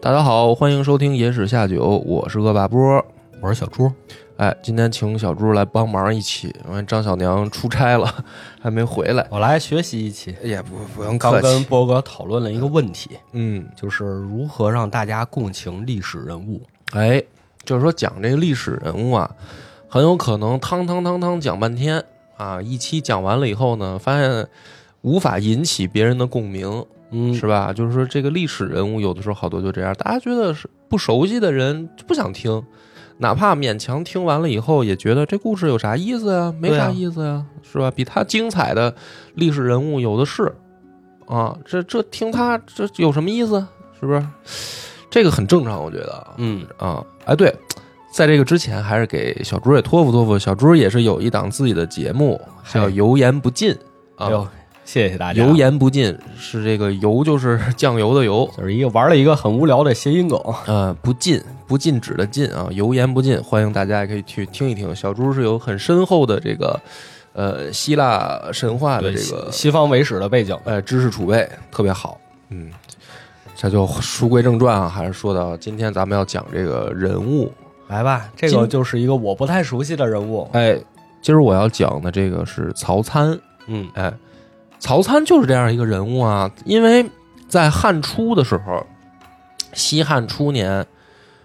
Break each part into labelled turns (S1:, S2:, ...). S1: 大家好，欢迎收听《野史下酒》，我是恶霸波。
S2: 我是小朱，
S1: 哎，今天请小猪来帮忙一起，因为张小娘出差了， 还没回来。
S2: 我来学习一期。
S1: 也不不用
S2: 刚
S1: 客
S2: 跟
S1: 气，
S2: 波哥讨论了一个问题，
S1: 嗯，
S2: 就是如何让大家共情历史人物。
S1: 哎，就是说讲这个历史人物啊，很有可能汤汤汤汤讲半天啊，一期讲完了以后呢，发现无法引起别人的共鸣，
S2: 嗯
S1: 是吧？就是说这个历史人物有的时候好多就这样，大家觉得是不熟悉的人就不想听，哪怕勉强听完了以后，也觉得这故事有啥意思呀？没
S2: 对
S1: 啥
S2: 啊
S1: 意思呀，是吧？比他精彩的历史人物有的是啊，这这听他这有什么意思？是不是？这个很正常，我觉得啊。
S2: 嗯，
S1: 啊，哎，对，在这个之前，还是给小猪也托付托付。小猪也是有一档自己的节目，叫《
S2: 嗨
S1: 油盐不进》
S2: 哎呦
S1: 啊，，
S2: 谢谢大家。
S1: 油盐不进是这个油就是 酱油的油，
S2: 就是一个玩了一个很无聊的谐音梗。
S1: 呃，不禁不禁止的禁啊，油盐不进，欢迎大家也可以去听一听。小猪是有很深厚的这个呃希腊神话的
S2: 啊对，
S1: 这个
S2: 西西方维史的背景。
S1: 呃知识储备特别好，嗯。这就书归正传啊，还是说到今天咱们要讲这个人物
S2: 来吧，这个
S1: 今
S2: 就是一个我不太熟悉的人物。
S1: 哎，今儿我要讲的这个是曹参。
S2: 嗯
S1: 哎，曹参就是这样一个人物啊，因为在汉初的时候，西汉初年，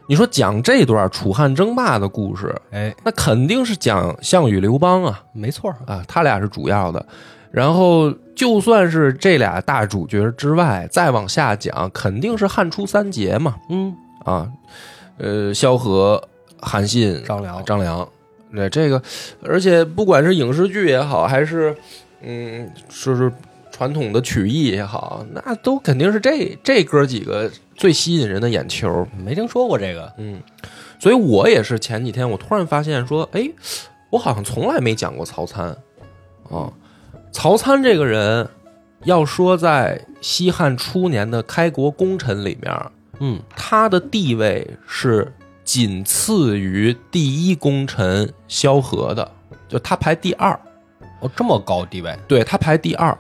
S1: 你说讲这段楚汉争霸的故事，
S2: 哎，
S1: 那肯定是讲项羽、刘邦啊
S2: 没错儿，
S1: 啊，他俩是主要的。然后，就算是这俩大主角之外，再往下讲，肯定是汉初三杰嘛
S2: 嗯，
S1: 啊，呃，萧何、韩信、
S2: 张良，
S1: 张良。对这个，而且不管是影视剧也好，还是嗯，说是传统的曲艺也好，那都肯定是这这哥几个最吸引人的眼球。
S2: 没听说过这个。
S1: 嗯，所以我也是前几天我突然发现说，哎，我好像从来没讲过曹参啊。曹参这个人，要说在西汉初年的开国功臣里面，
S2: 嗯，
S1: 他的地位是仅次于第一功臣萧何的，就他排第二，
S2: 哦，这么高地位。
S1: 对他排第二。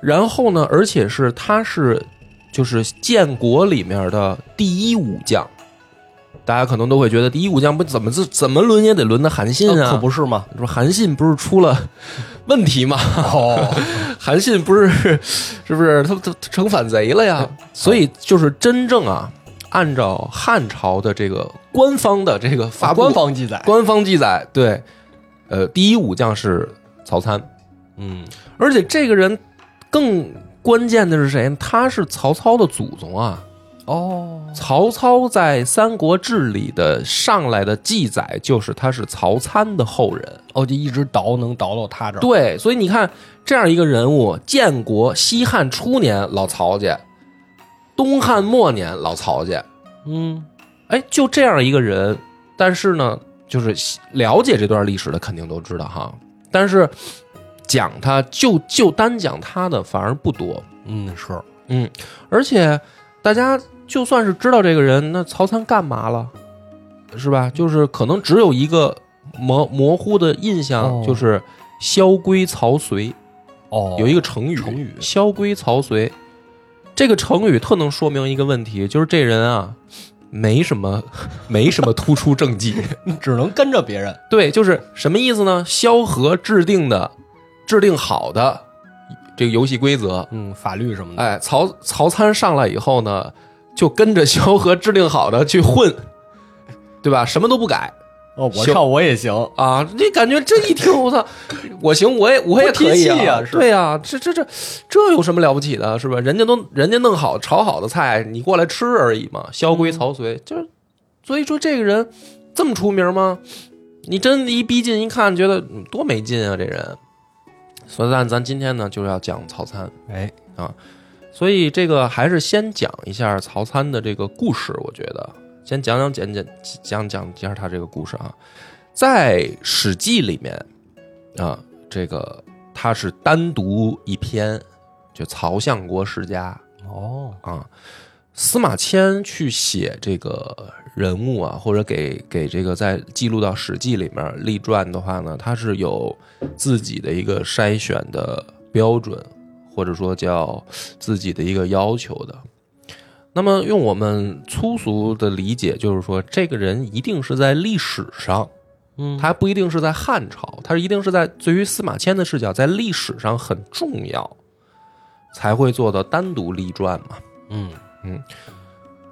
S1: 然后呢，而且是他是就是建国里面的第一武将，大家可能都会觉得第一武将不怎么怎怎么轮也得轮到韩信
S2: 那
S1: 啊，
S2: 可不是吗？
S1: 你说韩信不是出了问题吗？
S2: 哦，
S1: 韩信不是 是不是他他他成反贼了呀？所以就是真正啊，按照汉朝的这个官方的这个
S2: 法
S1: 发布
S2: 哦官方记载。
S1: 官方记载，对，呃，第一武将是曹参，
S2: 嗯，
S1: 而且这个人更关键的是谁呢？他是曹操的祖宗啊。
S2: 哦，
S1: 曹操在《三国志》里的上来的记载就是他是曹参的后人。
S2: 哦，就一直倒能倒到他这儿。
S1: 对，所以你看这样一个人物，建国西汉初年老曹家，东汉末年老曹家，
S2: 嗯，
S1: 哎，就这样一个人，但是呢，就是西了解这段历史的肯定都知道哈，但是讲他就就单讲他的反而不多，
S2: 嗯，是，
S1: 嗯，而且大家就算是知道这个人，那曹参干嘛了，是吧？就是可能只有一个模模糊的印象，
S2: 哦
S1: 就是萧规曹随。
S2: 哦
S1: 有一个成语，
S2: 成语
S1: 萧规曹随”，这个成语特能说明一个问题，就是这人啊，没什么， 没什么突出政绩。
S2: 个只能跟着别人，
S1: 对，就是什么意思呢？萧何制定的，制定好的这个游戏规则，
S2: 嗯，法律什么的，
S1: 哎，曹曹参上来以后呢，就跟着萧何制定好的去混，对吧？什么都不改
S2: 哦，我
S1: 行
S2: 跳我也行，
S1: 啊！你感觉这一 听，我操，我行，我也我也可以
S2: 不提气
S1: 啊
S2: 呀！是
S1: 对啊，这这这这有什么了不起的，是吧？人家都人家弄好炒好的菜，你过来吃而已嘛。萧
S2: 嗯
S1: 规曹随，就是所以说这个人这么出名吗？你真一逼近一看，觉得嗯多没劲啊！这人，所以咱咱今天呢，就是要讲曹参。
S2: 哎，
S1: 所以这个还是先讲一下曹参的这个故事，我觉得先讲讲讲讲讲讲一下他这个故事啊，在《史记》里面啊，这个他是单独一篇，就曹相国世家
S2: 哦，
S1: 啊，司马迁去写这个人物啊，或者给给这个在记录到《史记》里面立传的话呢，他是有自己的一个筛选的标准，或者说叫自己的一个要求的。那么用我们粗俗的理解，就是说，这个人一定是在历史上，
S2: 嗯
S1: 他不一定是在汉朝，他一定是在对于司马迁的视角，在历史上很重要，才会做到单独立传嘛。
S2: 嗯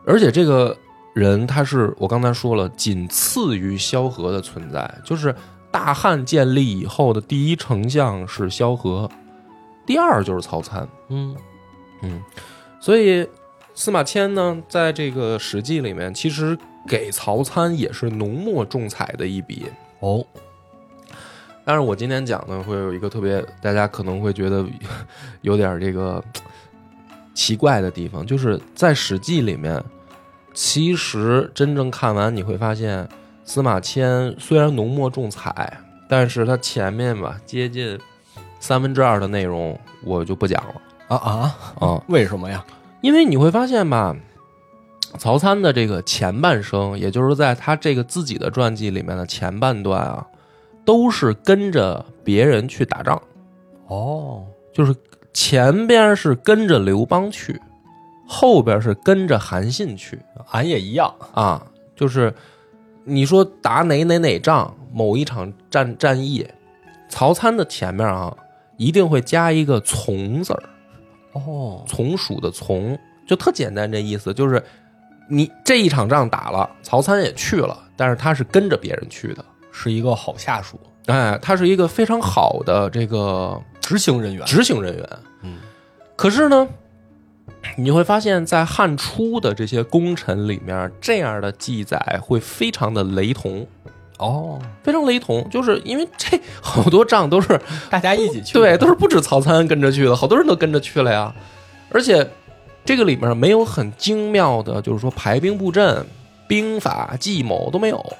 S1: 而且这个人他是我刚才说了，仅次于萧何的存在，就是大汉建立以后的第一丞相是萧何，第二就是曹参。
S2: 嗯
S1: 所以司马迁呢，在这个《史记》里面，其实给曹参也是浓墨重彩的一笔。
S2: 哦
S1: 但是我今天讲呢，会有一个特别大家可能会觉得有点这个奇怪的地方，就是在《史记》里面，其实真正看完你会发现，司马迁虽然浓墨重彩，但是他前面吧接近三分之二的内容我就不讲了
S2: 啊啊，
S1: 啊。
S2: 为什么呀？
S1: 因为你会发现吧，曹参的这个前半生，也就是在他这个自己的传记里面的前半段啊，都是跟着别人去打仗，
S2: 哦，
S1: 就是前边是跟着刘邦去，后边是跟着韩信去
S2: 俺也一样。
S1: 啊，就是你说打哪哪哪仗，某一场战战役，曹参的前面啊，一定会加一个从字儿。
S2: 哦，
S1: 从属的从，就特简单这意思，就是你这一场仗打了，曹参也去了，但是他是跟着别人去的，
S2: 是一个好下属，
S1: 哎，他是一个非常好的这个
S2: 执行人员。
S1: 执行人员。
S2: 嗯，
S1: 可是呢，你会发现在汉初的这些功臣里面，这样的记载会非常的雷同，
S2: 哦，
S1: 非常雷同，就是因为这好多仗都是
S2: 大家一起去。
S1: 对，都是不止曹参跟着去的，好多人都跟着去了呀。而且这个里面没有很精妙的，就是说排兵布阵、兵法、计谋都没有。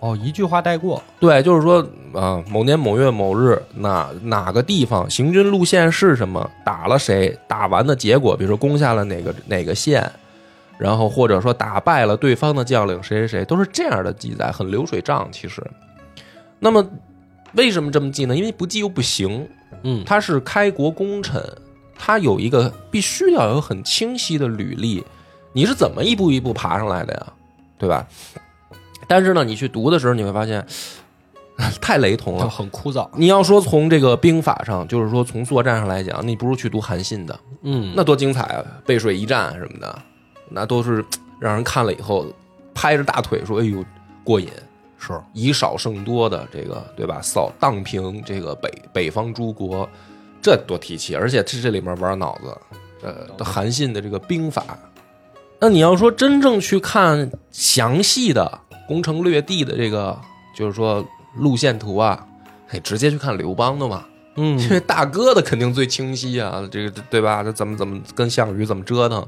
S2: 哦，一句话带过。
S1: 对，就是说，啊、某年某月某日，哪哪个地方行军路线是什么，打了谁，打完的结果，比如说攻下了哪个哪个县，然后或者说打败了对方的将领谁谁谁，都是这样的记载，很流水账其实。那么为什么这么记呢？因为不记又不行，
S2: 嗯
S1: 他是开国功臣，他有一个必须要有很清晰的履历，你是怎么一步一步爬上来的呀？对吧？但是呢，你去读的时候，你会发现 太雷同
S2: 就
S1: 了。
S2: 很枯燥。
S1: 你要说从这个兵法上，就是说从作战上来讲，你不如去读韩信的，
S2: 嗯，
S1: 那多精彩啊！背水一战什么的，那都是让人看了以后拍着大腿说：“哎呦，过瘾！”
S2: 是
S1: 以少胜多的这个，对吧？扫荡平这个北北方诸国，这多提气！而且这这里面玩脑子，呃，韩信的这个兵法。那你要说真正去看详细的攻城略地的这个，就是说路线图啊，嘿，直接去看刘邦的嘛，
S2: 嗯
S1: 因为大哥的肯定最清晰啊，这个对吧？他怎么怎么跟项羽怎么折腾？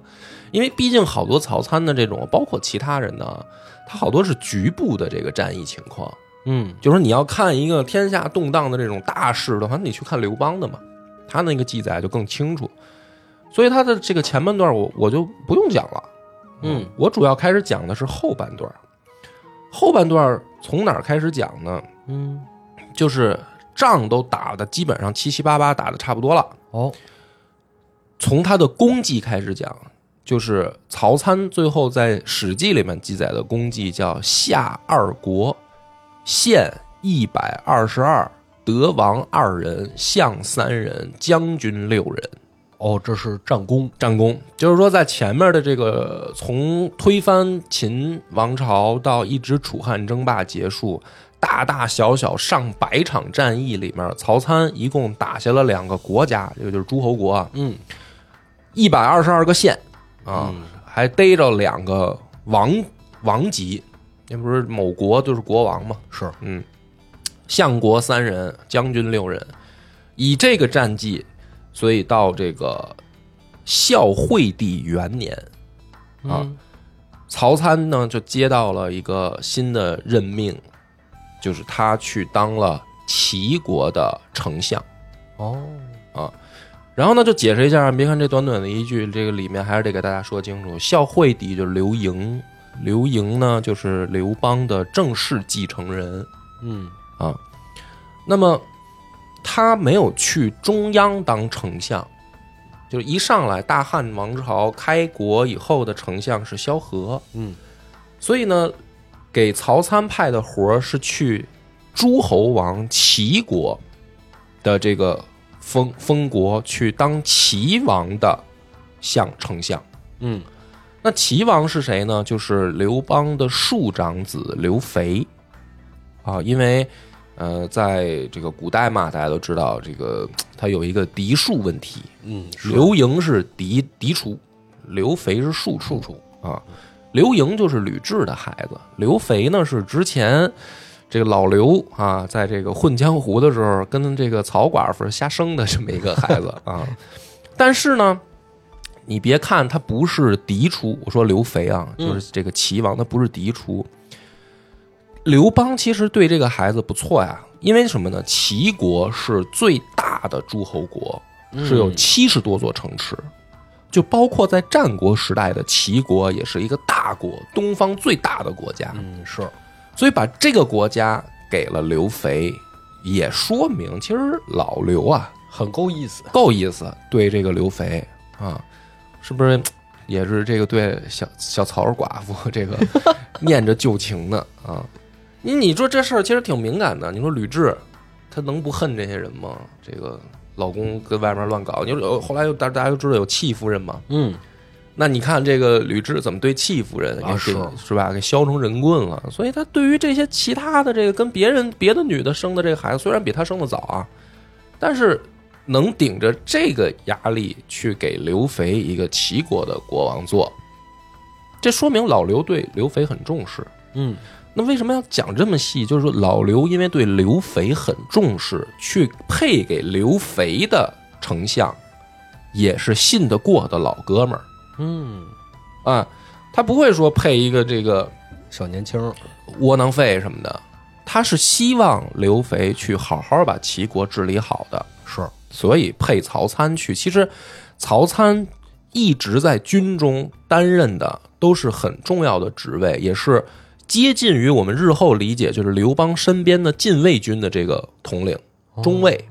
S1: 因为毕竟好多曹参的这种，包括其他人呢，他好多是局部的这个战役情况。
S2: 嗯
S1: 就说你要看一个天下动荡的这种大事的话，你去看刘邦的嘛，他那个记载就更清楚。所以他的这个前半段我我就不用讲了，
S2: 嗯，
S1: 我主要开始讲的是后半段。后半段从哪儿开始讲呢？
S2: 嗯，
S1: 就是仗都打的基本上七七八八打的差不多了。
S2: 哦，
S1: 从他的功绩开始讲，就是曹参最后在《史记》里面记载的功绩叫夏二国，县一百二十二，德王二人，相三人，将军六人。
S2: 哦，这是战功。
S1: 战功，就是说在前面的这个从推翻秦王朝到一直楚汉争霸结束，大大小小上百场战役里面，曹参一共打下了两个国家，这个就是诸侯国啊，
S2: 嗯，
S1: 一百二十二个县啊，还逮着两个王王级，那不是某国就是国王嘛，
S2: 是
S1: 嗯，相国三人，将军六人，以这个战绩，所以到这个孝惠帝元年啊，
S2: 嗯
S1: 曹参呢就接到了一个新的任命，就是他去当了齐国的丞相。
S2: 哦，
S1: 然后呢，就解释一下，别看这短短的一句，这个里面还是得给大家说清楚。孝惠帝就是刘盈，刘盈呢就是刘邦的正式继承人。
S2: 嗯
S1: 啊。那么他没有去中央当丞相，就是一上来大汉王朝开国以后的丞相是萧何，
S2: 嗯，
S1: 所以呢，给曹参派的活儿是去诸侯王齐国的这个封封国去当齐王的相丞相。
S2: 嗯
S1: 那齐王是谁呢？就是刘邦的庶长子刘肥啊，因为呃，在这个古代嘛，大家都知道这个他有一个嫡庶问题，
S2: 嗯，是
S1: 刘盈是嫡嫡出，刘肥是庶出啊。刘盈就是吕雉的孩子，刘肥呢是之前这个老刘啊，在这个混江湖的时候跟这个曹寡妇瞎生的这么一个孩子啊。但是呢，你别看他不是嫡出，我说刘肥啊，就是这个齐王，他不是嫡出。刘邦其实对这个孩子不错呀，因为什么呢？齐国是最大的诸侯国，是有七十多座城池，就包括在战国时代的齐国也是一个大国，东方最大的国家，
S2: 嗯是，
S1: 所以把这个国家给了刘肥，也说明其实老刘啊
S2: 很够意思。
S1: 够意思，对这个刘肥啊，是不是也是这个对小小曹寡妇这 个念着旧情呢啊？你你说这事儿其实挺敏感的，你说吕雉她能不恨这些人吗？这个老公跟外面乱搞，你说呃后来又大大家都知道有戚夫人嘛，
S2: 嗯，
S1: 那你看这个吕雉怎么对戚夫人
S2: 啊
S1: 给
S2: 是
S1: 是吧？给削成人棍了，所以她对于这些其他的这个跟别人别的女的生的这个孩子，虽然比她生的早啊，但是能顶着这个压力去给刘肥一个齐国的国王做，这说明老刘对刘肥很重视。
S2: 嗯，
S1: 那为什么要讲这么细？就是说老刘因为对刘肥很重视，去配给刘肥的丞相，也是信得过的老哥们儿。
S2: 嗯，
S1: 啊，他不会说配一个这个
S2: 小年轻，
S1: 窝囊废什么的，他是希望刘肥去好好把齐国治理好的，
S2: 是，
S1: 所以配曹参去。其实，曹参一直在军中担任的都是很重要的职位，也是接近于我们日后理解就是刘邦身边的禁卫军的这个统领中尉。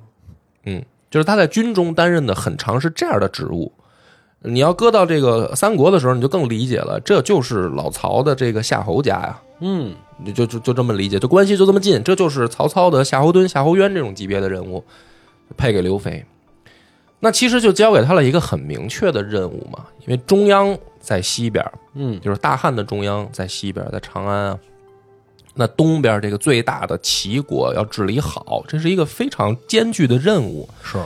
S1: 嗯，就是他在军中担任的很长是这样的职务。你要搁到这个三国的时候，你就更理解了，这就是老曹的这个夏侯家呀。
S2: 嗯，
S1: 你就就就这么理解，就关系就这么近，这就是曹操的夏侯惇、夏侯渊这种级别的人物配给刘肥。那其实就交给他了一个很明确的任务嘛，因为中央在西边，
S2: 嗯，
S1: 就是大汉的中央在西边，在长安啊。那东边这个最大的齐国要治理好，这是一个非常艰巨的任务。
S2: 是，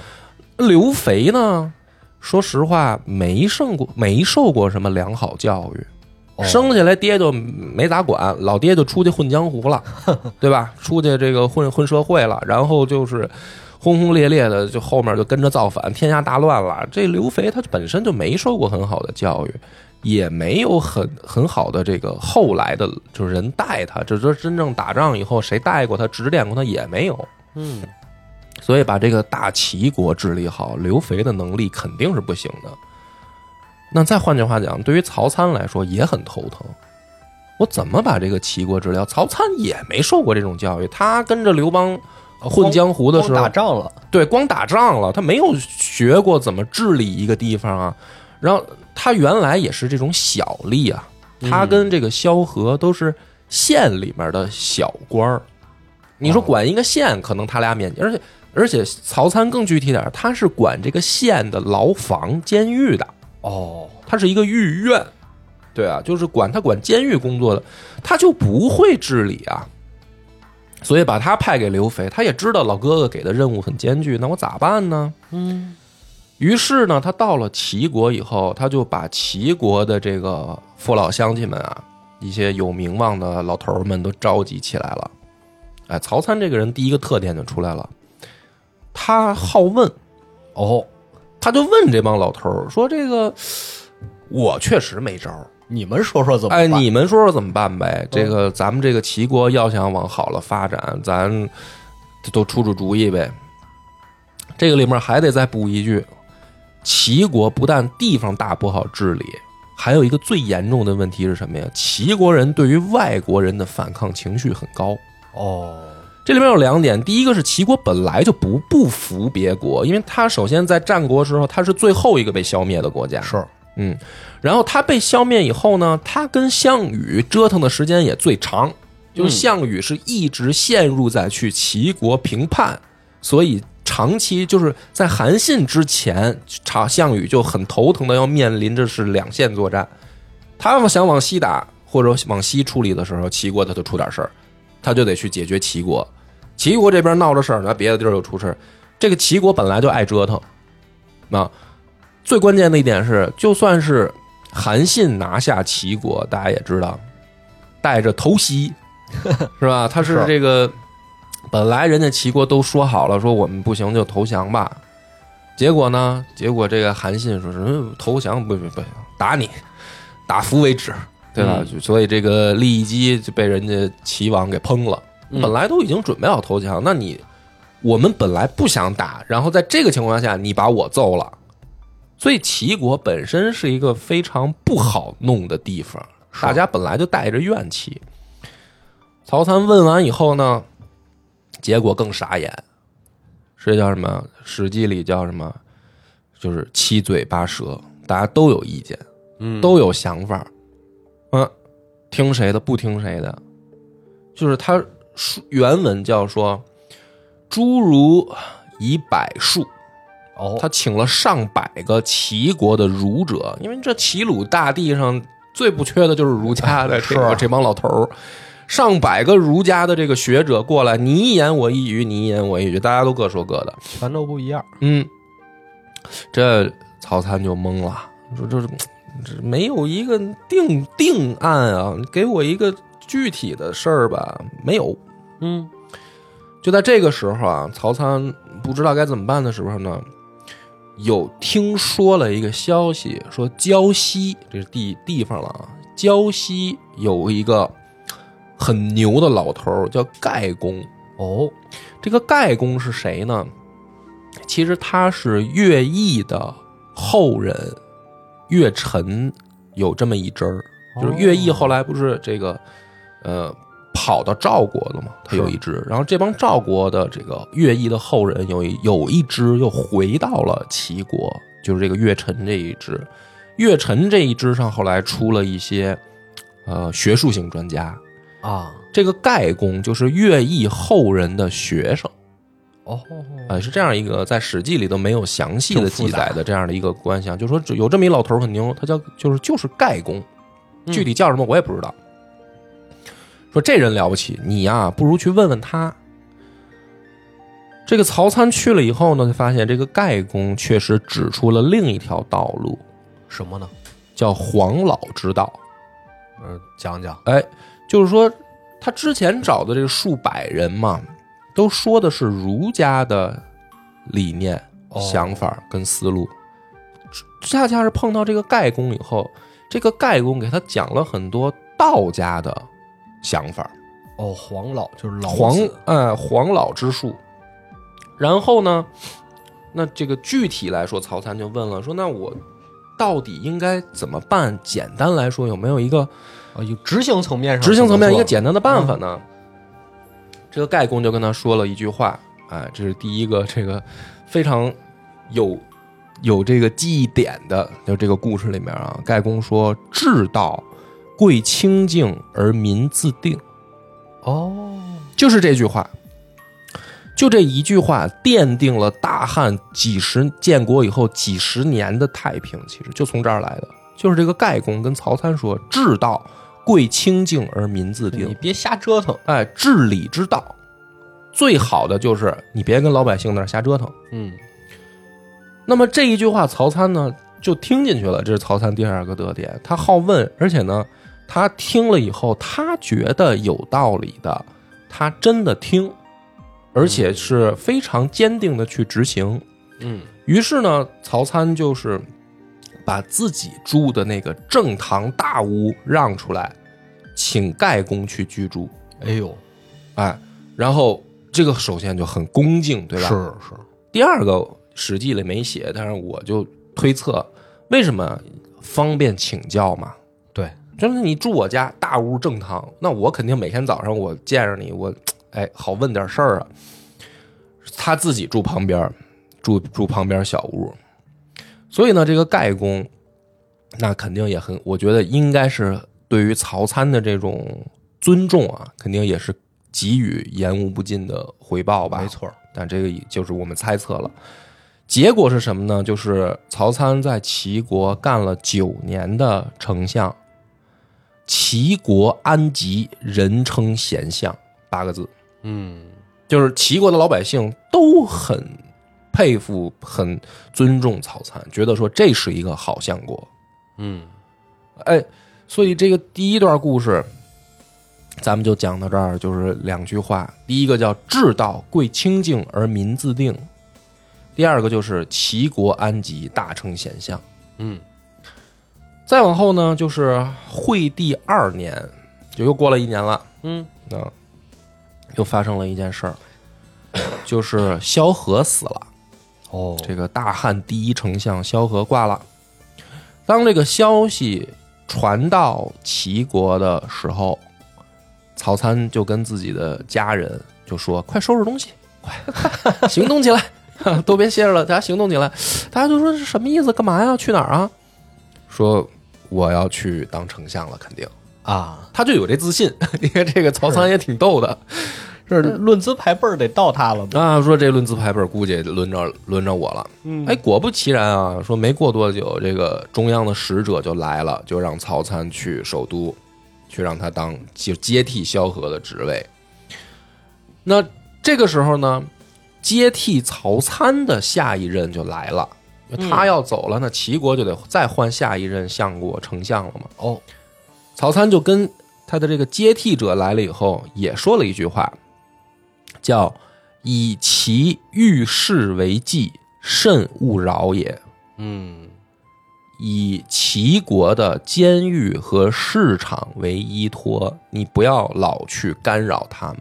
S1: 刘肥呢，说实话没胜过，没受过什么良好教育，
S2: 哦
S1: 生下来爹就没咋管，老爹就出去混江湖了，对吧？出去这个混混社会了，然后就是轰轰烈烈的，就后面就跟着造反，天下大乱了。这刘肥他本身就没受过很好的教育，也没有很很好的这个后来的就是人带他，这这真正打仗以后谁带过他、指点过他也没有。
S2: 嗯，
S1: 所以把这个大齐国治理好，刘肥的能力肯定是不行的。那再换句话讲，对于曹参来说也很头疼。我怎么把这个齐国治理好？曹参也没受过这种教育，他跟着刘邦呃混江湖的时
S2: 光
S1: 候
S2: 哦打，仗了，
S1: 对，光打仗了，他没有学过怎么治理一个地方啊。然后他原来也是这种小吏啊，他跟这个萧何都是县里面的小官儿。你说管一个县，可能他俩勉强，而且而且曹参更具体点儿，他是管这个县的牢房、监狱的。
S2: 哦，
S1: 他是一个狱院，对啊，就是管他管监狱工作的，他就不会治理啊，所以把他派给刘肥，他也知道老哥哥给的任务很艰巨，那我咋办呢？
S2: 嗯，
S1: 于是呢，他到了齐国以后，他就把齐国的这个父老乡亲们啊，一些有名望的老头儿们都召集起来了。哎，曹参这个人第一个特点就出来了，他好问，
S2: 哦，
S1: 他就问这帮老头儿说：“这个我确实没招儿，
S2: 你们说说怎么
S1: 哎，
S2: 办嗯
S1: 你们说说怎么办呗？这个咱们这个齐国要想往好了发展，咱都出出主意呗。这个里面还得再补一句，齐国不但地方大不好治理，还有一个最严重的问题是什么呀？齐国人对于外国人的反抗情绪很高，
S2: 哦，
S1: 这里面有两点，第一个是齐国本来就不不服别国，因为他首先在战国时候他是最后一个被消灭的国家，
S2: 是
S1: 嗯，然后他被消灭以后呢，他跟项羽折腾的时间也最长，就是项羽是一直陷入在去齐国平叛，所以长期就是在韩信之前，查项羽就很头疼的要面临着是两线作战，他想往西打或者往西处理的时候，齐国他就出点事儿，他就得去解决齐国，齐国这边闹着事儿，那别的地儿又出事儿，这个齐国本来就爱折腾，啊。最关键的一点是，就算是韩信拿下齐国，大家也知道，带着偷袭，是吧？他是
S2: 是
S1: 这个本来人家齐国都说好了，说我们不行就投降吧。结果呢？结果这个韩信说是嗯投降不不不打你，打服为止，对吧？
S3: 嗯
S1: 就所以这个利益基就被人家齐王给烹了。
S3: 嗯
S1: 本来都已经准备好投降，那你我们本来不想打，然后在这个情况下你把我揍了，所以齐国本身是一个非常不好弄的地方，
S2: 是
S1: 大家本来就带着怨气。曹参问完以后呢，结果更傻眼，这叫什么？《史记》里叫什么？就是七嘴八舌，大家都有意见，
S3: 嗯
S1: 都有想法，嗯，听谁的不听谁的，就是他说原文叫说“诸儒以百数”，
S2: 哦
S1: 他请了上百个齐国的儒者，因为这齐鲁大地上最不缺的就是儒家的这个
S2: 是
S1: 这帮老头儿，上百个儒家的这个学者过来，你一言我一语，你一言我一语，大家都各说各的。
S2: 全都不一样，
S1: 嗯，这曹参就懵了，说这这没有一个定定案啊，你给我一个具体的事儿吧，没有。
S3: 嗯
S1: 就在这个时候啊，曹参不知道该怎么办的时候呢，有听说了一个消息，说胶西这是地地方了啊，胶西有一个很牛的老头儿叫盖公。
S2: 哦，
S1: 这个盖公是谁呢？其实他是乐毅的后人，乐臣有这么一支儿，就是乐
S2: 哦
S1: 毅后来不是这个，呃，跑到赵国了嘛，他有一支，然后这帮赵国的这个乐毅的后人有一有一支又回到了齐国，就是这个乐臣这一支，乐臣这一支上后来出了一些，呃，学术性专家，
S2: 啊，
S1: 这个盖公就是乐毅后人的学生，
S2: 哦，
S1: 呃，是这样一个在《史记》里都没有详细的
S2: 挺复
S1: 记
S2: 杂
S1: 载的这样的一个关系啊，就说有这么一老头儿很牛，他叫就是就是盖公，
S3: 嗯
S1: 具体叫什么我也不知道。说这人了不起，你呀、不如去问问他。这个曹参去了以后呢，就发现这个盖公确实指出了另一条道路，
S2: 什么呢？
S1: 叫黄老之道。
S2: 呃，讲讲，
S1: 哎，就是说他之前找的这数百人嘛，都说的是儒家的理念、
S2: 哦
S1: 想法跟思路，恰恰是碰到这个盖公以后，这个盖公给他讲了很多道家的想法，
S2: 哦，黄老就是老
S1: 黄
S2: 子
S1: 呃黄老之术。然后呢，那这个具体来说，曹参就问了，说那我到底应该怎么办？简单来说，有没有一个
S2: 啊，有执行层面上，
S1: 执行层面一个，简单的办法呢，这个盖公就跟他说了一句话，哎，这是第一个这个非常有有这个记忆点的，就这个故事里面啊，盖公说：“至道贵清静而民自定。”
S2: 哦，
S1: 就是这句话，就这一句话奠定了大汉几十建国以后几十年的太平，其实就从这儿来的。就是这个盖公跟曹参说：“治道贵清静而民自定。”
S2: 你别瞎折腾，
S1: 哎，治理之道，最好的就是你别跟老百姓那儿瞎折腾。
S3: 嗯
S1: 那么这一句话，曹参呢就听进去了，这是曹参第二个特点，他好问，而且呢，他听了以后，他觉得有道理的，他真的听，而且是非常坚定的去执行。
S3: 嗯
S1: 于是呢，曹参就是把自己住的那个正堂大屋让出来，请盖公去居住。
S2: 哎呦，
S1: 哎，然后这个首先就很恭敬，对吧？。
S2: 是是，
S1: 第二个《史记》里没写，但是我就推测，为什么方便请教嘛？
S2: 对，
S1: 就是你住我家大屋正堂，那我肯定每天早上我见着你，我哎，好问点事儿啊。他自己住旁边儿，住住旁边儿小屋，所以呢，这个盖公那肯定也很，我觉得应该是对于曹参的这种尊重啊，肯定也是给予言无不尽的回报吧。
S2: 没错儿，
S1: 但这个也就是我们猜测了。结果是什么呢？就是曹参在齐国干了九年的丞相，齐国安吉，人称贤相八个字。
S2: 嗯，
S1: 就是齐国的老百姓都很佩服、很尊重曹参，觉得说这是一个好相国。
S2: 嗯，
S1: 哎，所以这个第一段故事，咱们就讲到这儿，就是两句话。第一个叫“至道贵清静而民自定”，第二个就是“齐国安吉，大称贤相”。
S2: 嗯，
S1: 再往后呢，就是惠帝二年，就又过了一年了。
S2: 嗯，
S1: 啊，又发生了一件事儿，就是萧何死了。
S2: 哦，
S1: 这个大汉第一丞相萧何挂了。当这个消息传到齐国的时候，曹参就跟自己的家人就说：“快收拾东 西，快快行动起来，都别歇着了，大家行动起来。”大家就说：“是什么意思？干嘛呀？去哪儿啊？”说：“我要去当丞相了，肯定。”
S2: 啊，
S1: 他就有这自信， 因为这个曹参也挺逗的，
S2: 这论资排辈儿得到他了吧？
S1: 啊，说这论资排辈儿，估计轮着轮着我了。
S2: 嗯
S1: 哎，果不其然啊，说没过多久，这个中央的使者就来了，就让曹参去首都，去让他当就接替萧何的职位。那这个时候呢，接替曹参的下一任就来了，他要走了，那齐国就得再换下一任相国丞相了嘛。
S2: 哦，
S1: 曹参就跟他的这个接替者来了以后，也说了一句话，叫“以其遇事为计，慎勿扰也
S2: 嗯，”，
S1: 以齐国的监狱和市场为依托，你不要老去干扰他们。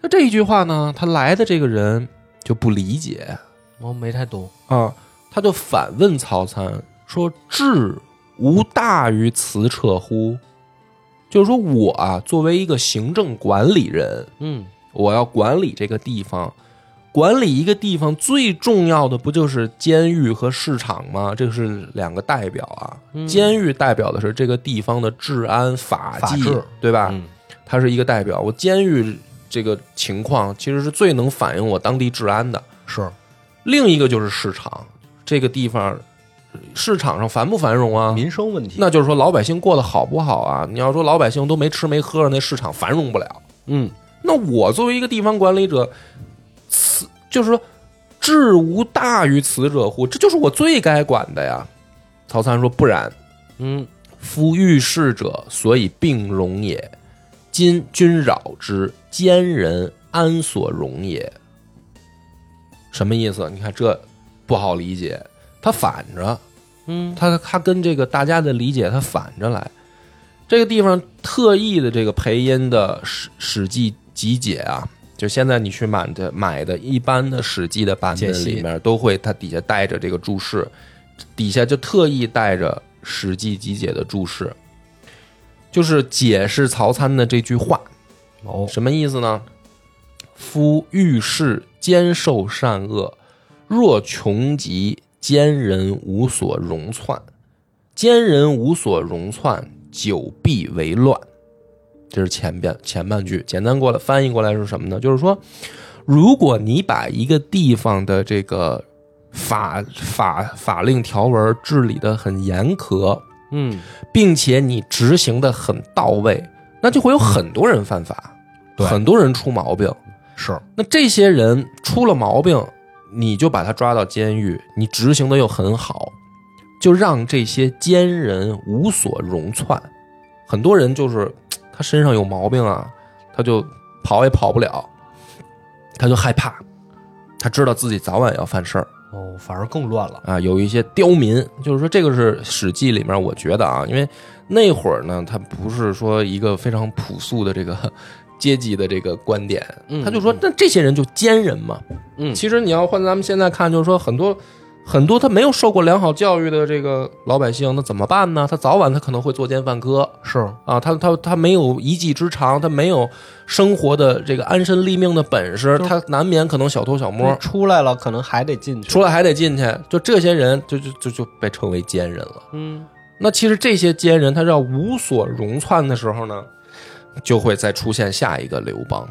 S1: 那这一句话呢，他来的这个人就不理解
S2: 我没太懂。
S1: 啊，他就反问曹参说：“智无大于此者乎？”就是说我啊，作为一个行政管理人，
S2: 嗯，
S1: 我要管理这个地方。管理一个地方最重要的不就是监狱和市场吗？这是两个代表啊。监狱代表的是这个地方的治安、法
S2: 嗯法
S1: 纪，
S2: 治
S1: 对吧？
S2: 嗯
S1: 它是一个代表。我监狱这个情况其实是最能反映我当地治安的。
S2: 是，
S1: 另一个就是市场，这个地方呃市场上繁不繁荣啊？
S2: 民生问题。
S1: 那就是说老百姓过得好不好啊？你要说老百姓都没吃没喝，那市场繁荣不了。
S2: 嗯，
S1: 那我作为一个地方管理者，此就是说治无大于此者乎？这就是我最该管的呀。曹参说：“不然，
S2: 嗯，
S1: 夫遇事者，所以并容也。今君扰之，奸人安所容也？”什么意思？你看这不好理解，他反着，
S2: 嗯，
S1: 他他跟这个大家的理解他反着来。这个地方特意的这个培音的史《史记集解》啊，就现在你去买的买的一般的《史记》的版本
S2: 解析
S1: 里面，都会它底下带着这个注释，底下就特意带着《史记集解》的注释，就是解释曹参的这句话。
S2: 哦，
S1: 什么意思呢？夫遇事兼受善恶，若穷极，奸人无所容窜。奸人无所容窜，久必为乱。这是前边前半句，简单过来翻译过来是什么呢？就是说，如果你把一个地方的这个法法法令条文治理的很严苛，
S2: 嗯，
S1: 并且你执行的很到位，那就会有很多人犯法，
S2: 对
S1: 很多人出毛病。
S2: 是，
S1: 那这些人出了毛病，你就把他抓到监狱，你执行的又很好，就让这些奸人无所容窜。很多人就是他身上有毛病啊，他就跑也跑不了，他就害怕，他知道自己早晚要犯事儿。
S2: 哦，反而更乱了。
S1: 啊，有一些刁民，就是说这个是《史记》里面，我觉得啊，因为那会儿呢，他不是说一个非常朴素的这个阶级的这个观点，
S2: 嗯
S1: 他就说，那这些人就奸人嘛。
S2: 嗯
S1: 其实你要换咱们现在看，就是说很多很多他没有受过良好教育的这个老百姓，那怎么办呢？他早晚他可能会作奸犯科
S2: 是
S1: 啊，他他他没有一技之长，他没有生活的这个安身立命的本事，
S2: 就是
S1: 他难免可能小偷小摸。
S2: 摸出来了，可能还得进去。
S1: 出来还得进去，就这些人就就就就被称为奸人了。
S2: 嗯，
S1: 那其实这些奸人，他要无所容窜的时候呢，就会再出现下一个刘邦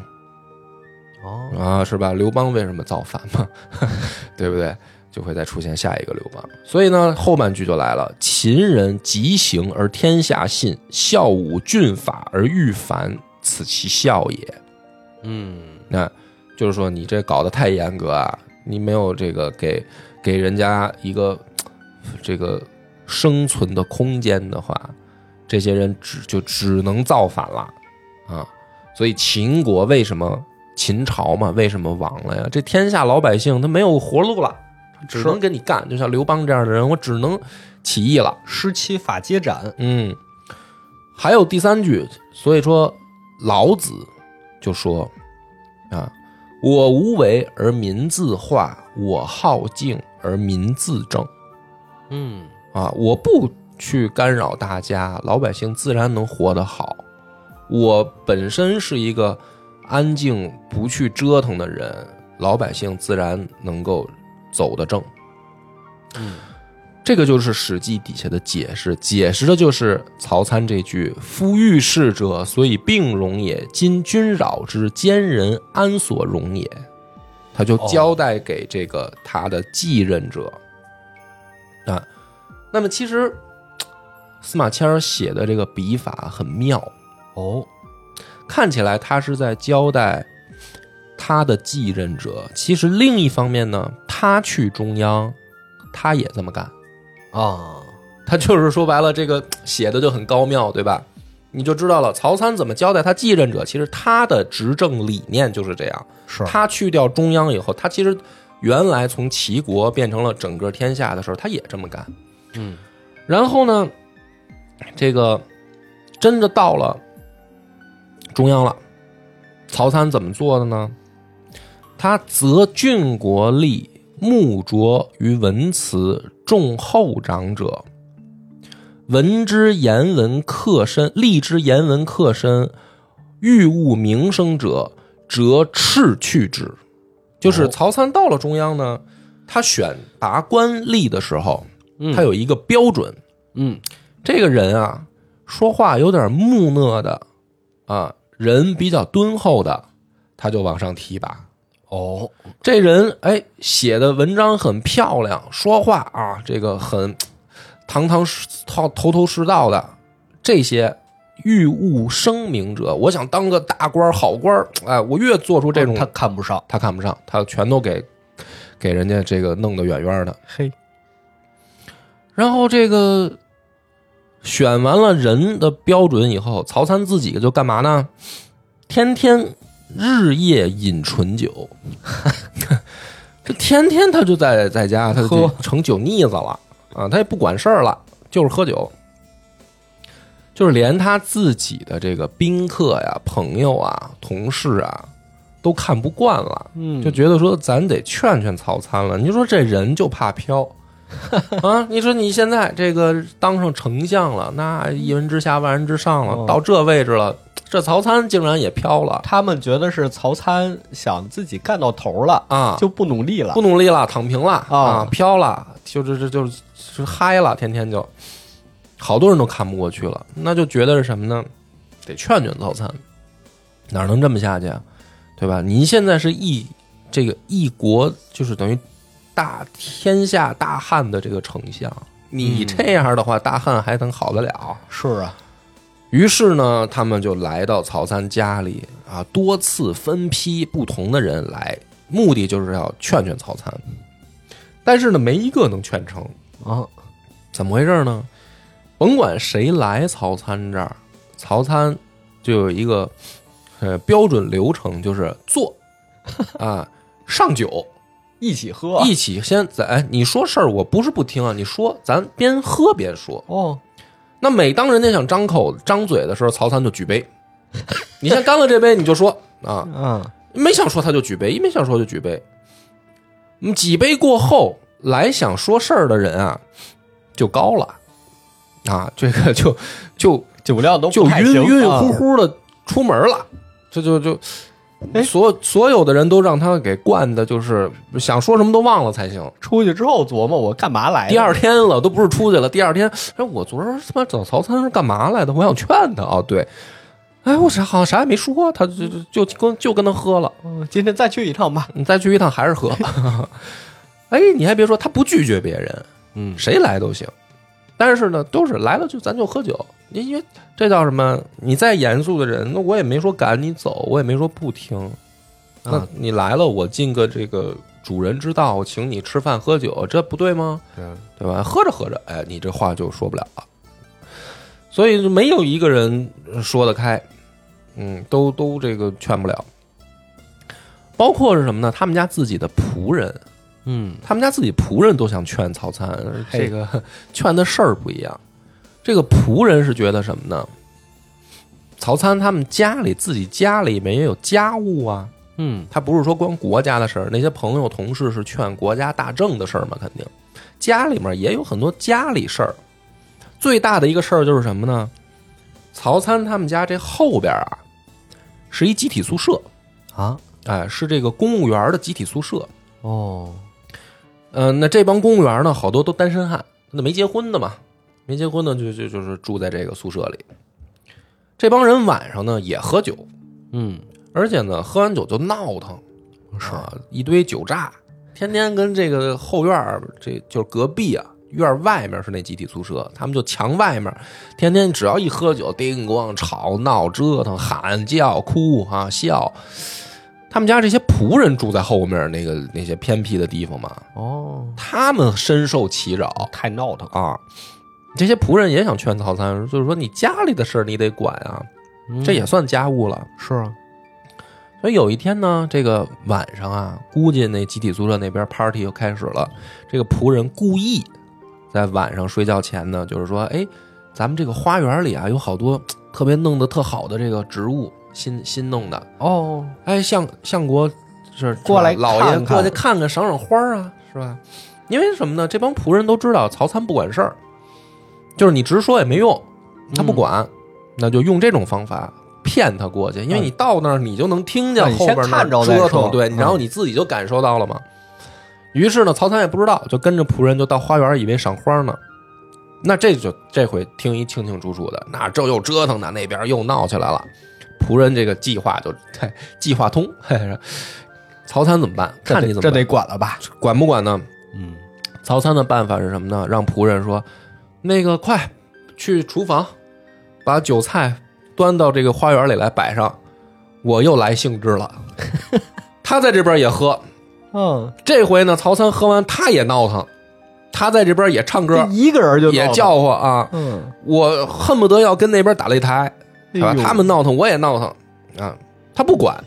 S2: 哦，
S1: 啊，是吧？刘邦为什么造反嘛？ 对不对？就会再出现下一个刘邦。所以呢，后半句就来了：秦人急行而天下信，孝武峻法而欲反，此其孝也。
S2: 嗯，
S1: 那就是说你这搞得太严格啊，你没有这个给给人家一个这个生存的空间的话，这些人只就只能造反了啊。所以秦国为什么秦朝嘛，为什么亡了呀？这天下老百姓他没有活路了，只能跟你干。就像刘邦这样的人，我只能起义了。
S2: 十七法接斩，
S1: 嗯，还有第三句，所以说老子就说啊：“我无为而民自化，我好静而民自正。
S2: 嗯，”
S1: 啊，我不去干扰大家，老百姓自然能活得好。我本身是一个安静、不去折腾的人，老百姓自然能够走得正。嗯这个就是《史记》底下的解释，解释的就是曹参这句“夫欲事者，所以并容也；今君扰之，奸人安所容也？”他就交代给这个他的继任者、啊。那么其实司马迁儿写的这个笔法很妙，
S2: 哦，
S1: 看起来他是在交代他的继任者，其实另一方面呢，他去中央，他也这么干。
S2: 啊，
S1: 他就是说白了，这个写的就很高妙，对吧？你就知道了，曹参怎么交代他继任者，其实他的执政理念就是这样。
S2: 是
S1: 他去掉中央以后，他其实原来从齐国变成了整个天下的时候，他也这么干。
S2: 嗯，
S1: 然后呢，这个真的到了中央了，曹参怎么做的呢？他择郡国吏，慕着于文辞，重厚长者。闻之言文克身，立之言文克身，欲务名声者，折斥去之。就是
S2: 哦
S1: 曹参到了中央呢，他选拔官吏的时候，
S2: 嗯
S1: 他有一个标准，
S2: 嗯，
S1: 这个人啊，说话有点木讷的，啊，人比较敦厚的，他就往上提拔。
S2: 哦，
S1: 这人哎，写的文章很漂亮，说话啊，这个很堂堂是套头头是道的，这些欲务声名者，我想当个大官儿好官儿，哎，我越做出这种，
S2: 他看不上，
S1: 他看不上，他全都给给人家这个弄得远远的。
S2: 嘿，
S1: 然后这个选完了人的标准以后，曹参自己就干嘛呢？天天日夜饮醇酒，这天天他就在在家，他就
S2: 喝
S1: 成酒腻子了啊！他也不管事儿了，就是喝酒，就是连他自己的这个宾客呀、朋友啊、同事啊，都看不惯了。
S2: 嗯
S1: 就觉得说咱得劝劝曹参了。你说这人就怕 飘啊！你说你现在这个当上丞相了，那一人之下万人之上了，
S2: 哦
S1: 到这位置了，这曹参竟然也飘了
S2: 他们觉得是曹参想自己干到头了，
S1: 啊！
S2: 就不努力了
S1: 不，努力了，躺平了
S2: 啊
S1: 啊，飘了，就这这就是就是嗨了，天天就，好多人都看不过去了，那就觉得是什么呢？得劝劝曹参，哪能这么下去啊？对吧？您现在是一这个一国，就是等于大天下大汉的这个丞相，你
S2: 嗯
S1: 这样的话，大汉还能好得了？
S2: 是啊，
S1: 于是呢，他们就来到曹参家里啊，多次分批不同的人来，目的就是要劝劝曹参。但是呢，没一个能劝成，
S2: 啊，
S1: 怎么回事呢？甭管谁来曹参这儿，曹参就有一个呃标准流程，就是坐 啊上酒，
S2: 一起喝，
S1: 一起先在哎你说事儿，我不是不听啊，你说咱边喝边说，
S2: 哦，
S1: 那每当人家想张口张嘴的时候，曹参就 举杯。你先干了这杯，你就说啊，
S2: 嗯，
S1: 没想说他就举杯，一没想说就举杯。嗯几杯过后，来想说事儿的人啊，就高了啊，这个就就
S3: 酒量都
S1: 就
S3: 不太
S1: 晕
S3: 行
S1: 晕
S3: 啊
S1: 乎乎的出门了，这就就
S3: 哎。
S1: 所所有的人都让他给惯的，就是想说什么都忘了才行。
S3: 出去之后琢磨我干嘛来的？
S1: 第二天了，都不是出去了。第二天，哎，我昨儿他妈找曹参是干嘛来的？我想劝他啊，对，哎，我啥好像啥也没说，他就就就跟就跟他喝了。
S3: 嗯今天再去一趟吧。
S1: 你再去一趟还是喝。 哎，你还别说，他不拒绝别人，
S2: 嗯，
S1: 谁来都行。但是呢，都是来了就咱就喝酒，因为这叫什么？你再严肃的人，那我也没说赶你走，我也没说不听。
S3: 嗯
S1: 那
S2: 啊
S1: 你来了，我尽个这个主人之道，请你吃饭喝酒，这不对吗？
S2: 对
S1: 对吧？喝着喝着，哎，你这话就说不了了。所以就没有一个人说得开，嗯，都都这个劝不了。包括是什么呢？他们家自己的仆人，
S2: 嗯，
S1: 他们家自己仆人都想劝曹参，这个劝的事儿不一样。这个仆人是觉得什么呢？曹参他们家里自己家里面也有家务啊，
S2: 嗯，
S1: 他不是说光国家的事儿，那些朋友同事是劝国家大政的事儿嘛，肯定家里面也有很多家里事儿。最大的一个事儿就是什么呢？曹参他们家这后边啊，是一集体宿舍，
S2: 啊，
S1: 哎，是这个公务员的集体宿舍。
S2: 哦，
S1: 嗯、那这帮公务员呢，好多都单身汉，那没结婚的嘛，没结婚的就就就是住在这个宿舍里。这帮人晚上呢也喝酒，
S2: 嗯，
S1: 而且呢，喝完酒就闹腾，是、一堆酒炸，天天跟这个后院儿，这就是隔壁啊，院儿外面是那集体宿舍，他们就墙外面，天天只要一喝酒，叮咣吵闹折腾，喊叫哭啊笑。他们家这些仆人住在后面那个那些偏僻的地方嘛，
S2: 哦，
S1: 他们深受其扰
S2: 太闹腾，
S1: 啊。这些仆人也想劝曹参，就是说你家里的事儿你得管啊，
S3: 嗯
S1: 这
S2: 嗯
S1: 也算家务了。
S2: 是啊，
S1: 所以有一天呢，这个晚上啊，估计那集体宿舍那边 party 又开始了。这个仆人故意在晚上睡觉前呢，就是说，哎，咱们这个花园里啊，有好多特别弄得特好的这个植物，新新弄的。
S2: 哦，
S1: 哎，相相国是
S3: 过来
S1: 老
S3: 看
S1: 爷
S3: 看
S1: 过去看看，赏赏花儿啊，是吧？因为什么呢？这帮仆人都知道曹参不管事儿，就是你直说也没用，他不管，
S3: 嗯
S1: 那就用这种方法骗他过去，因为你到那儿你就能听见
S3: 那你
S1: 后
S3: 先
S1: 边那儿
S3: 看着再
S1: 折
S3: 说
S1: 腾，对，
S3: 嗯
S1: 然后你自己就感受到了嘛。于是呢，曹参也不知道，就跟着仆人就到花园，以为赏花呢。那这就这回听一清清楚楚的，那这又折腾呢，那边又闹起来了。仆人这个计划就嘿计划通，嘿，曹参怎么办？
S3: 这
S1: 看
S3: 得
S1: 你怎
S3: 这
S1: 么办
S3: 得，管了吧？
S1: 管不管呢？
S2: 嗯，
S1: 曹参的办法是什么呢？让仆人说：“那个快去厨房，把酒菜端到这个花园里来摆上。”我又来兴 致了，他在这边也喝。
S3: 嗯，
S1: 这回呢，曹参喝完他也闹腾，他在这边也唱
S3: 这
S1: 歌，
S3: 一个人就
S1: 也
S3: 闹腾，
S1: 叫擂啊！
S3: 嗯，
S1: 我恨不得要跟那边打擂台，对吧
S3: 哎？呦
S1: 他们闹腾，我也闹腾啊，他不管，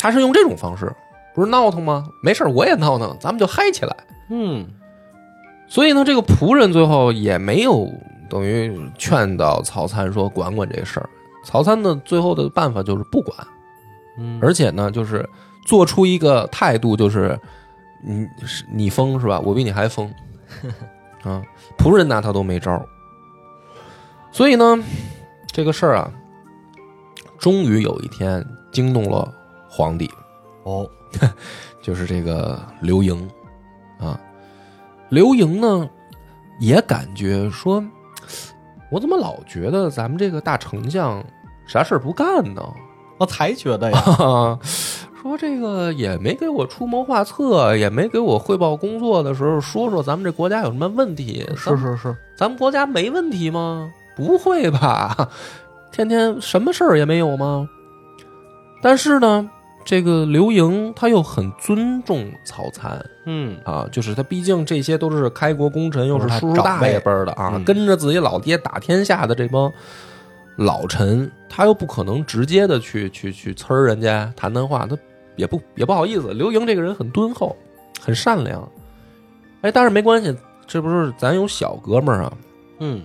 S1: 他是用这种方式，不是闹腾吗？没事儿，我也闹腾，咱们就嗨起来。
S2: 嗯，
S1: 所以呢，这个仆人最后也没有等于劝导曹参说管管这事儿。曹参呢，最后的办法就是不管，
S2: 嗯，
S1: 而且呢，就是做出一个态度，就是你是你疯是吧？我比你还疯啊！仆人拿他都没招儿。所以呢，这个事儿啊，终于有一天惊动了皇帝，
S2: 哦，
S1: 就是这个刘盈啊。刘盈呢，也感觉说，我怎么老觉得咱们这个大丞相啥事儿不干呢？
S3: 我才觉得呀，
S1: 说这个也没给我出谋划策，也没给我汇报工作的时候说说咱们这国家有什么问题？咱
S2: 是是是，
S1: 咱们国家没问题吗？不会吧？天天什么事儿也没有吗？但是呢，这个刘盈他又很尊重曹参，
S2: 嗯，
S1: 啊，就是他毕竟这些都是开国功臣，又是叔叔大爷辈儿的啊，
S2: 嗯
S1: 跟着自己老爹打天下的这帮老臣，他又不可能直接的去去去呲儿人家谈谈话，他也不也不好意思。刘盈这个人很敦厚，很善良，哎，但是没关系，这不是咱有小哥们儿啊，
S2: 嗯，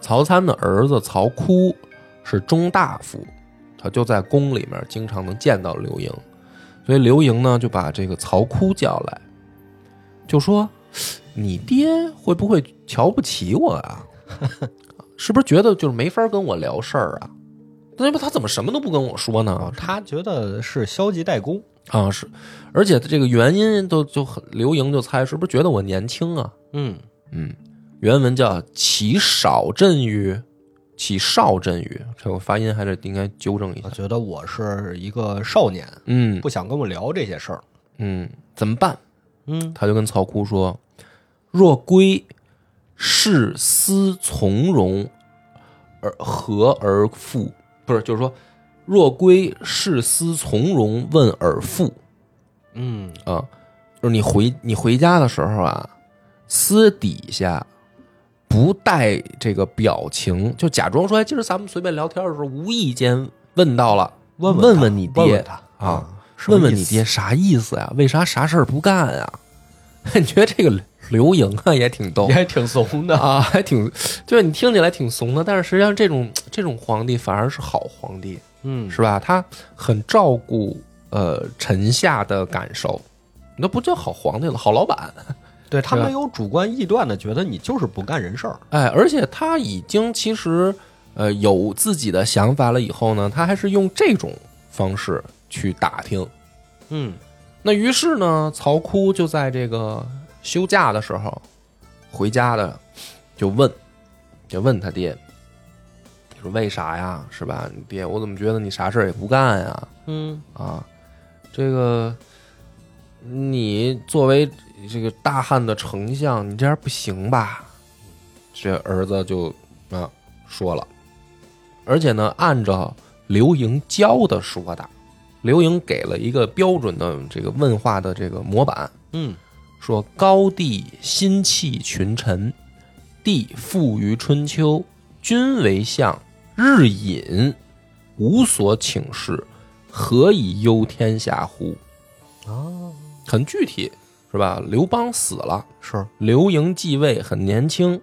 S1: 曹参的儿子曹窟是中大夫，他就在宫里面经常能见到刘盈，所以刘盈呢就把这个曹窟叫来，就说：“你爹会不会瞧不起我啊？ 是不是觉得就是没法跟我聊事儿啊？那不他怎么什么都不跟我说呢？他
S3: 他觉得是消极怠工，
S1: 啊是，而且这个原因都就很刘莹就猜是不是觉得我年轻啊？
S2: 嗯，
S1: 嗯，原文叫“起少振于”，起少振于，这我发音还是应该纠正一下
S3: 我。觉得我是一个少年，
S1: 啊嗯
S3: 不想跟我聊这些事儿。
S1: 嗯，怎么办？
S3: 嗯，
S1: 他就跟曹窟说：“若归事思从容，而和而复，不是，就是说，若归事思从容，问而复。
S2: 嗯，
S1: 啊，就是你回你回家的时候啊，私底下不带这个表情，就假装说，哎，今儿咱们随便聊天的时候，无意间问到了，问
S2: 问
S1: 问你爹
S2: 问问他
S1: 啊，
S2: 什么
S1: 问问你
S2: 意思
S1: 爹啥意思呀、为啥啥事儿不干呀、 你觉得这个刘莹啊也挺 逗
S3: 你还挺怂的。
S1: 啊， 还挺，就是你听起来挺怂的，但是实际上这种这种皇帝反而是好皇帝，
S2: 嗯，
S1: 是吧？他很照顾呃臣下的感受，那不叫好皇帝了，好老板。
S3: 对他
S1: 是吧
S3: 没有主观臆断的，觉得你就是不干人事儿。
S1: 哎，而且他已经其实呃有自己的想法了，以后呢，他还是用这种方式去打听。
S2: 嗯，
S1: 那于是呢，曹窟就在这个休假的时候回家的，就问，就问他爹，你说为啥呀？是吧？你爹，我怎么觉得你啥事儿也不干呀？
S2: 嗯，
S1: 啊，这个你作为这个大汉的丞相，你这样不行吧？这儿子就啊说了，而且呢，按照刘盈教的说的，刘盈给了一个标准的这个问话的这个模板，
S2: 嗯，
S1: 说高帝心气群臣，帝富于春秋，君为相，日隐，无所请示，何以忧天下乎？
S3: 哦，
S1: 很具体，是吧？刘邦死了，
S3: 是
S1: 刘盈继位，很年轻。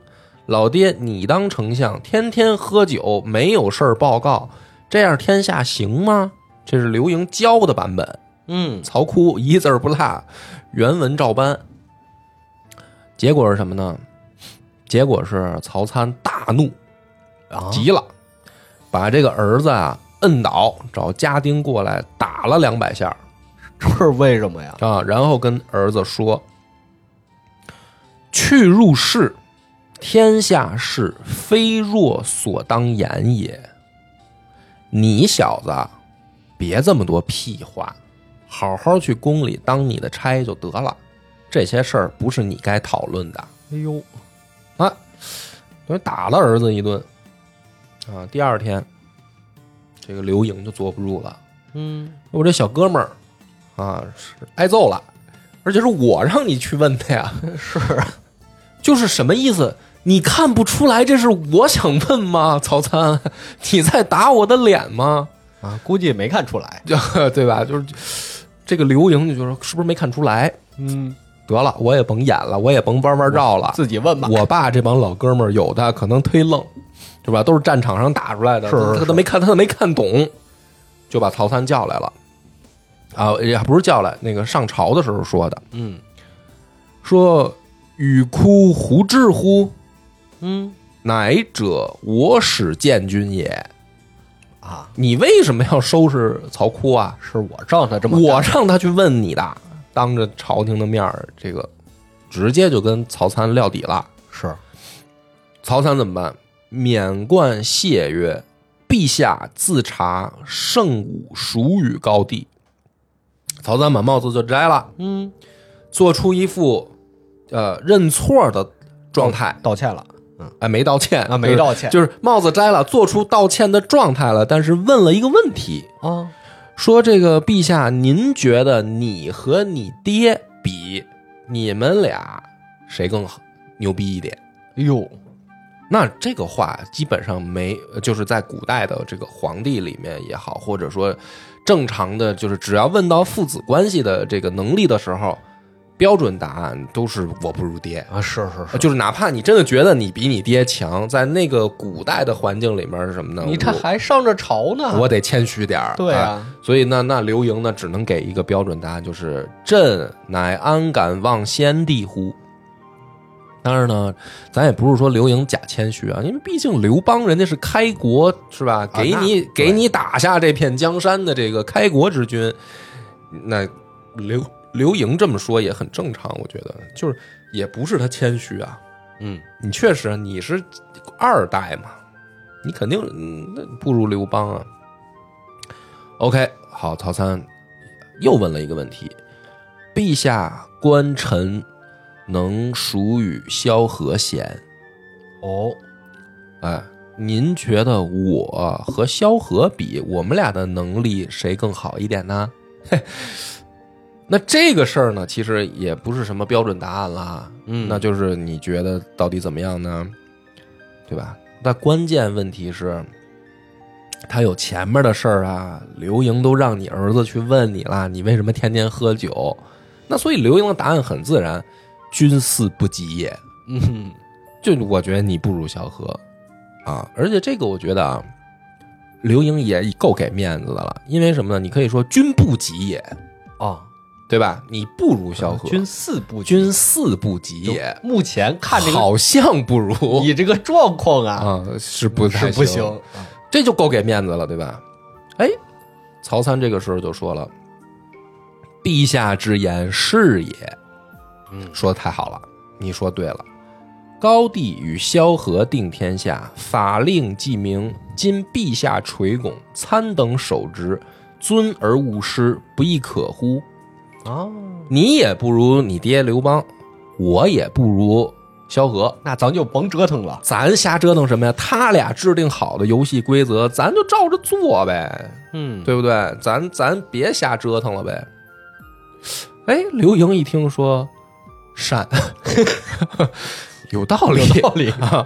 S1: 老爹，你当丞相，天天喝酒，没有事儿报告，这样天下行吗？这是刘盈教的版本。
S2: 嗯，
S1: 曹窟一字儿不落，原文照搬。结果是什么呢？结果是曹参大怒，
S3: 啊，
S1: 急了，把这个儿子啊摁倒，找家丁过来打了两百下儿
S3: 这是为什么呀？
S1: 啊，然后跟儿子说：“去入世，天下事，非若所当言也。你小子啊，别这么多屁话，好好去宫里当你的差就得了。这些事儿不是你该讨论的。”
S3: 哎呦，
S1: 啊，等于打了儿子一顿啊。第二天，这个刘盈就坐不住了，
S2: 嗯，
S1: 我这小哥们儿啊是挨揍了，而且是我让你去问的呀，
S3: 是
S1: 就是什么意思？你看不出来这是我想问吗？曹参， 你在打我的脸吗？
S3: 啊，估计没看出来。
S1: 就对吧？就是这个刘盈就觉得是不是没看出来？
S3: 嗯，
S1: 得了，我也甭演了，我也甭弯弯绕了，
S3: 啊自己问吧。
S1: 我爸这帮老哥们儿，有的可能忒愣，是吧？都是战场上打出来的，
S3: 是是
S1: 他他都没看，他都没看懂，就把曹参叫来了。啊，也不是叫来，那个上朝的时候说的，
S2: 嗯，
S1: 说与哭胡志乎？
S2: 嗯，
S1: 乃者我使见君也。
S3: 啊，
S1: 你为什么要收拾曹窟啊？
S3: 是我让他这么干
S1: 我让他去问你的，当着朝廷的面儿，这个直接就跟曹参撂底了。
S3: 是
S1: 曹参怎么办？免冠谢曰：“陛下自查圣武孰与高地。”曹参把帽子就摘了，
S2: 嗯，
S1: 做出一副呃认错的状态，
S3: 道歉了
S1: 哎，没道歉
S3: 啊，没道歉
S1: 就是，就是帽子摘了，做出道歉的状态了，但是问了一个问题，
S3: 啊，
S1: 说这个陛下，您觉得你和你爹比，你们俩谁更好牛逼一点？
S3: 哎呦，
S1: 那这个话基本上没，呃就是在古代的这个皇帝里面也好，或者说正常的，就是只要问到父子关系的这个能力的时候，标准答案都是我不如爹。
S3: 啊，是是
S1: 就是哪怕你真的觉得你比你爹强，在那个古代的环境里面是什么呢？
S3: 你这还上着朝呢，
S1: 我我得谦虚点儿。
S3: 对
S1: 啊，
S3: 啊，
S1: 所以那那刘盈呢，只能给一个标准答案，就是朕乃安敢忘先帝乎？当然呢，咱也不是说刘盈假谦虚啊，因为毕竟刘邦人家是开国是吧？
S2: 啊
S1: 给你、
S2: 那
S1: 给你打下这片江山的这个开国之君，那刘刘盈这么说也很正常，我觉得就是也不是他谦虚啊，
S2: 嗯，
S1: 你确实你是二代嘛，你肯定嗯那不如刘邦啊。OK，好，曹参又问了一个问题：陛下官臣能属与萧何贤？
S3: 哦，
S1: 哎，您觉得我和萧何比，我们俩的能力谁更好一点呢？ 嘿，那这个事儿呢，其实也不是什么标准答案啦。
S2: 嗯
S1: 那就是你觉得到底怎么样呢？对吧？那关键问题是，他有前面的事儿啊，刘盈都让你儿子去问你啦，你为什么天天喝酒？那所以刘盈的答案很自然，君嗣不及也。
S2: 嗯，
S1: 就我觉得你不如萧何啊，而且这个我觉得啊，刘盈也够给面子的了，因为什么呢？你可以说君不及也，
S3: 啊，
S1: 对吧？你不如萧何，
S3: 军四部
S1: 君嗣不及也，
S3: 目前看这个
S1: 好像不如
S3: 你这个状况啊，
S1: 啊，是不
S3: 是
S1: 太
S3: 不行，啊
S1: 这就够给面子了，对吧？哎，曹参这个时候就说了：“陛下之言是也。”
S2: 嗯
S1: 说的太好了，你说对了。高帝与萧何定天下，法令既明，今陛下垂拱，参等守之，尊而勿失，不亦可乎？
S2: 哦，
S1: 你也不如你爹刘邦，我也不如萧何，
S3: 那咱就甭折腾了，
S1: 咱瞎折腾什么呀？他俩制定好的游戏规则，咱就照着做呗，
S2: 嗯，
S1: 对不对？咱咱别瞎折腾了呗。哎，刘盈一听说善， 有道理，
S3: 有道理
S1: 啊，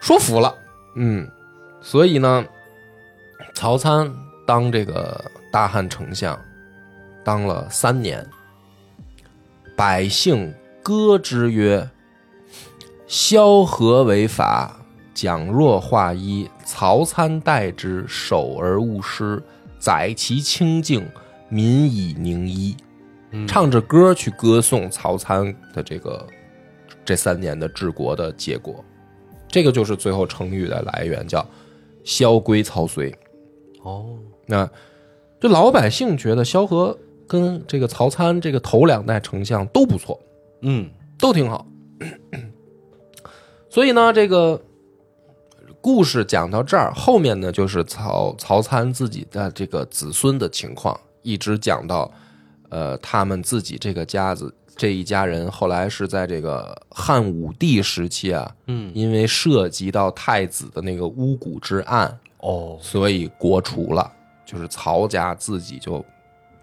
S1: 说服了。嗯，所以呢，曹参当这个大汉丞相，当了三年。百姓歌之曰：“萧何为法，蒋若化一，曹参代之，守而勿失，载其清净，民以宁一。”唱着歌去歌颂曹参的这个这三年的治国的结果，这个就是最后成语的来源，叫“萧规曹随”。
S2: 哦，
S1: 那这老百姓觉得萧何跟这个曹参这个头两代丞相都不错，
S2: 嗯，
S1: 都挺好。 所以呢，这个故事讲到这儿，后面呢就是曹曹参自己的这个子孙的情况，一直讲到呃他们自己这个家子这一家人，后来是在这个汉武帝时期啊，
S2: 嗯，
S1: 因为涉及到太子的那个巫蛊之案，
S2: 哦，
S1: 所以国除了，就是曹家自己就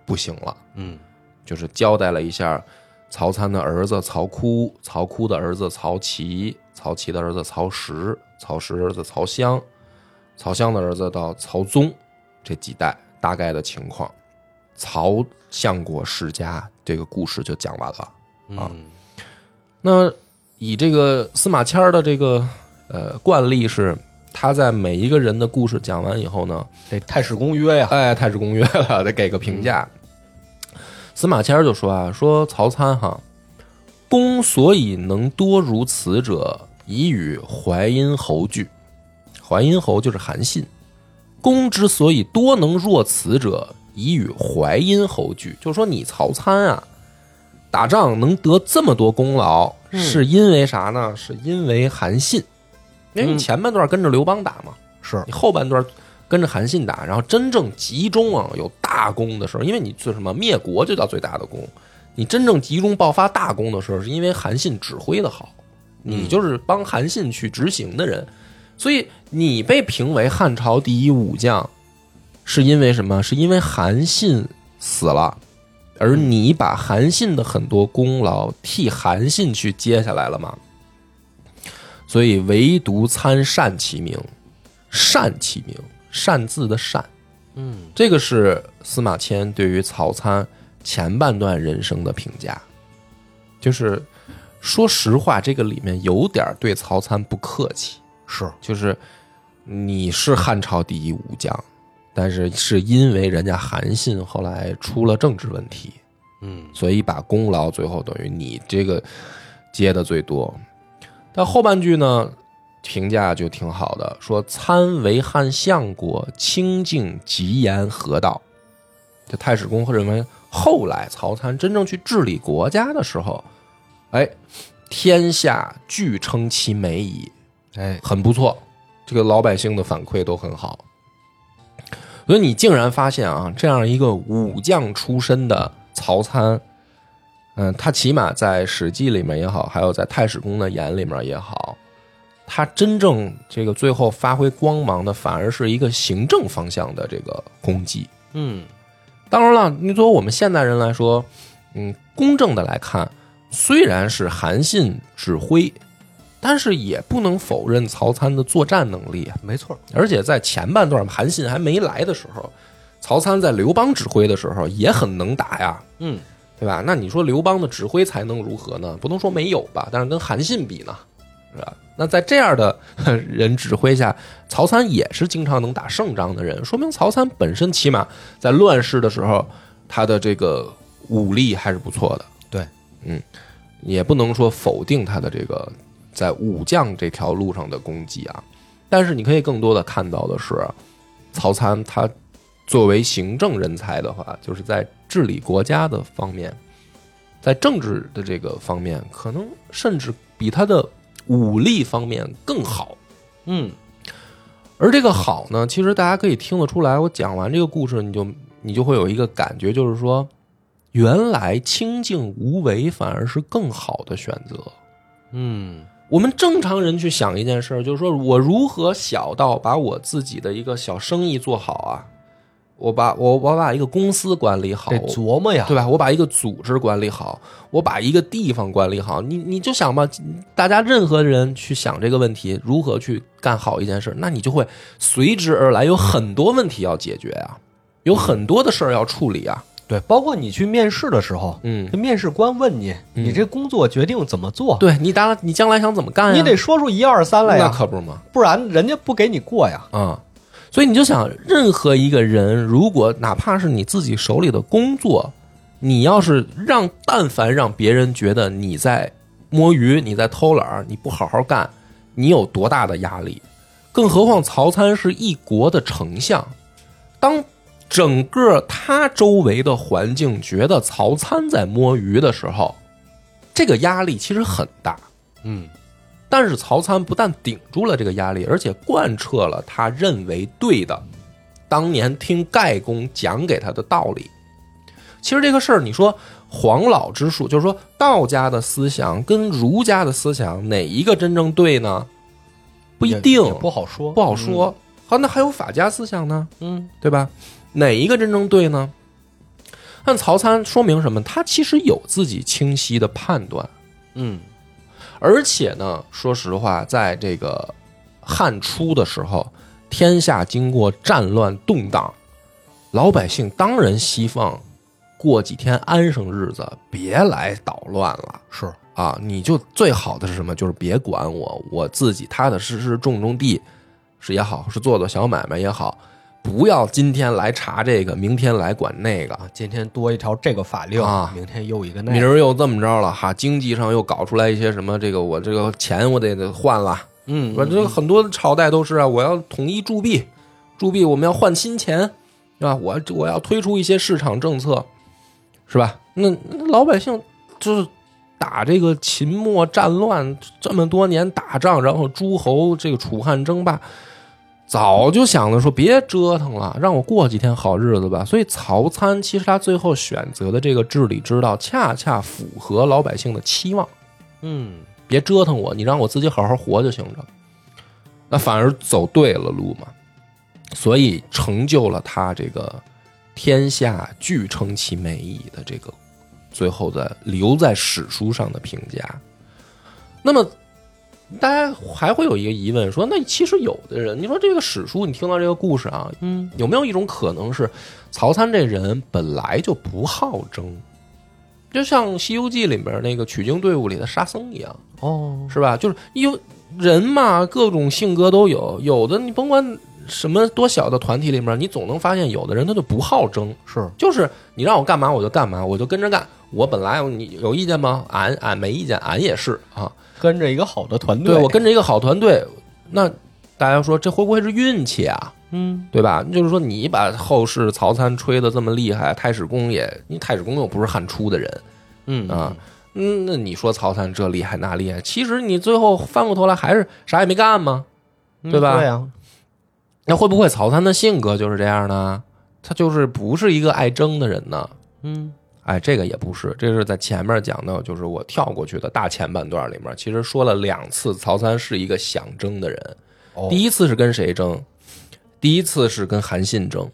S1: 不行了。
S2: 嗯，
S1: 就是交代了一下曹参的儿子曹窟、曹窟的儿子曹琦、曹琦的儿子曹石、曹石儿子曹襄、曹襄的儿子到曹宗这几代大概的情况。曹相国世家这个故事就讲完了。
S2: 啊，
S1: 那以这个司马迁儿的这个呃惯例是，他在每一个人的故事讲完以后呢，
S3: 得《太史公约》呀，
S1: 哎，《太史公约》了，得给个评价。司马迁儿就说啊，说曹参哈，公所以能多如此者，以与淮阴侯惧。淮阴侯就是韩信。公之所以多能若此者，以与淮阴侯惧。就是说，你曹参啊，打仗能得这么多功劳，是因为啥呢？是因为韩信，因为你前半段跟着刘邦打嘛。
S3: 是
S1: 你后半段跟着韩信打，然后真正集中啊有大功的时候，因为你最什么灭国就叫最大的功，你真正集中爆发大功的时候，是因为韩信指挥的好，你就是帮韩信去执行的人，所以你被评为汉朝第一武将，是因为什么？是因为韩信死了。而你把韩信的很多功劳替韩信去接下来了嘛，所以唯独参善其名，善其名，善字的善，嗯，这个是司马迁对于曹参前半段人生的评价。就是说实话，这个里面有点儿对曹参不客气，
S3: 是
S1: 就是你是汉朝第一武将，但是是因为人家韩信后来出了政治问题，
S2: 嗯，
S1: 所以把功劳最后等于你这个接的最多。但后半句呢，评价就挺好的，说参为汉相国，清净极言合道。这太史公认为，后来曹参真正去治理国家的时候，哎，天下俱称其美矣。
S2: 哎，
S1: 很不错，这个老百姓的反馈都很好。所以你竟然发现啊，这样一个武将出身的曹参，嗯，他起码在《史记》里面也好，还有在太史公的眼里面也好，他真正这个最后发挥光芒的，反而是一个行政方向的这个功绩。
S2: 嗯，
S1: 当然了，你作为我们现代人来说，嗯，公正的来看，虽然是韩信指挥，但是也不能否认曹参的作战能力啊。
S2: 没错儿，
S1: 而且在前半段韩信还没来的时候，曹参在刘邦指挥的时候也很能打呀，
S2: 嗯，
S1: 对吧？那你说刘邦的指挥才能如何呢？不能说没有吧，但是跟韩信比呢，是吧？那在这样的 呵人指挥下，曹参也是经常能打胜仗的人，说明曹参本身起码在乱世的时候，他的这个武力还是不错的。
S2: 对，
S1: 嗯，也不能说否定他的这个在武将这条路上的功绩啊。但是你可以更多的看到的是，曹参他作为行政人才的话，就是在治理国家的方面，在政治的这个方面，可能甚至比他的武力方面更好。
S2: 嗯，
S1: 而这个好呢，其实大家可以听得出来，我讲完这个故事，你就你就会有一个感觉，就是说，原来清净无为反而是更好的选择。
S2: 嗯，
S1: 我们正常人去想一件事儿，就是说我如何小到把我自己的一个小生意做好啊，我把我我把一个公司管理好
S3: 得，琢磨呀，
S1: 对吧？我把一个组织管理好，我把一个地方管理好。你你就想吧，大家任何人去想这个问题，如何去干好一件事，那你就会随之而来有很多问题要解决啊，有很多的事儿要处理啊。
S2: 对，
S3: 包括你去面试的时候，
S1: 嗯，
S3: 这面试官问你，你这工作决定怎么做，
S1: 对你当然你将来想怎么干呀？
S3: 你得说出一二三来
S1: 那
S3: 呀，
S1: 可不嘛。
S3: 不然人家不给你过呀。
S1: 啊、所以你就想，任何一个人，如果哪怕是你自己手里的工作，你要是让但凡让别人觉得你在摸鱼、你在偷懒儿、你不好好干，你有多大的压力？更何况曹参是一国的丞相，当整个他周围的环境觉得曹参在摸鱼的时候，这个压力其实很大。
S2: 嗯，
S1: 但是曹参不但顶住了这个压力，而且贯彻了他认为对的，当年听盖公讲给他的道理。其实这个事儿，你说黄老之术，就是说道家的思想跟儒家的思想哪一个真正对呢？不一
S3: 也
S1: 定，
S3: 也不好说，
S1: 不好说。好，那还有法家思想呢，
S2: 嗯，
S1: 对吧？哪一个真正对呢？按曹参说明什么？他其实有自己清晰的判断。
S2: 嗯，
S1: 而且呢，说实话，在这个汉初的时候，天下经过战乱动荡，老百姓当然希望过几天安生日子，别来捣乱了。
S3: 是
S1: 啊，你就最好的是什么？就是别管我，我自己踏踏实实种种地，是也好，是做做小买卖也好，不要今天来查这个，明天来管那个，
S3: 啊，今天多一条这个法令
S1: 啊
S3: 明天又一个那
S1: 明
S3: 个，
S1: 儿又这么着了哈，经济上又搞出来一些什么，这个我这个钱我得得换了。
S2: 嗯，
S1: 反正很多朝代都是啊，我要统一铸币，铸币我们要换新钱，是吧？我我要推出一些市场政策，是吧？那那老百姓就是打这个秦末战乱这么多年打仗，然后诸侯这个楚汉争霸，早就想着说别折腾了，让我过几天好日子吧。所以曹参其实他最后选择的这个治理之道，恰恰符合老百姓的期望。
S2: 嗯，
S1: 别折腾我，你让我自己好好活就行了。那反而走对了路嘛，所以成就了他这个天下俱称其美矣的这个最后的留在史书上的评价。那么，大家还会有一个疑问说，那其实有的人，你说这个史书，你听到这个故事啊，
S2: 嗯，
S1: 有没有一种可能是曹参这人本来就不好争？就像《西游记》里面那个取经队伍里的沙僧一样，
S3: 哦，
S1: 是吧？就是有人嘛，各种性格都有，有的你甭管什么多小的团体里面，你总能发现有的人他就不好争，
S3: 是
S1: 就是你让我干嘛我就干嘛，我就跟着干。我本来你有意见吗？俺俺没意见，俺也是啊。
S3: 跟着一个好的团队，
S1: 对我跟着一个好团队，那大家说这会不会是运气啊？
S3: 嗯，
S1: 对吧？就是说你把后世曹参吹得这么厉害，太史公也，你太史公又不是汉初的人
S2: 嗯
S1: 啊。嗯，那你说曹参这厉害那厉害，其实你最后翻过头来还是啥也没干吗？对吧
S3: 嗯对啊呀，
S1: 那会不会曹参的性格就是这样呢？他就是不是一个爱争的人呢？
S2: 嗯
S1: 哎，这个也不是，这是在前面讲的，就是我跳过去的大前半段里面，其实说了两次，曹参是一个想争的人。
S3: 哦
S1: 第一次是跟谁争？第一次是跟韩信争，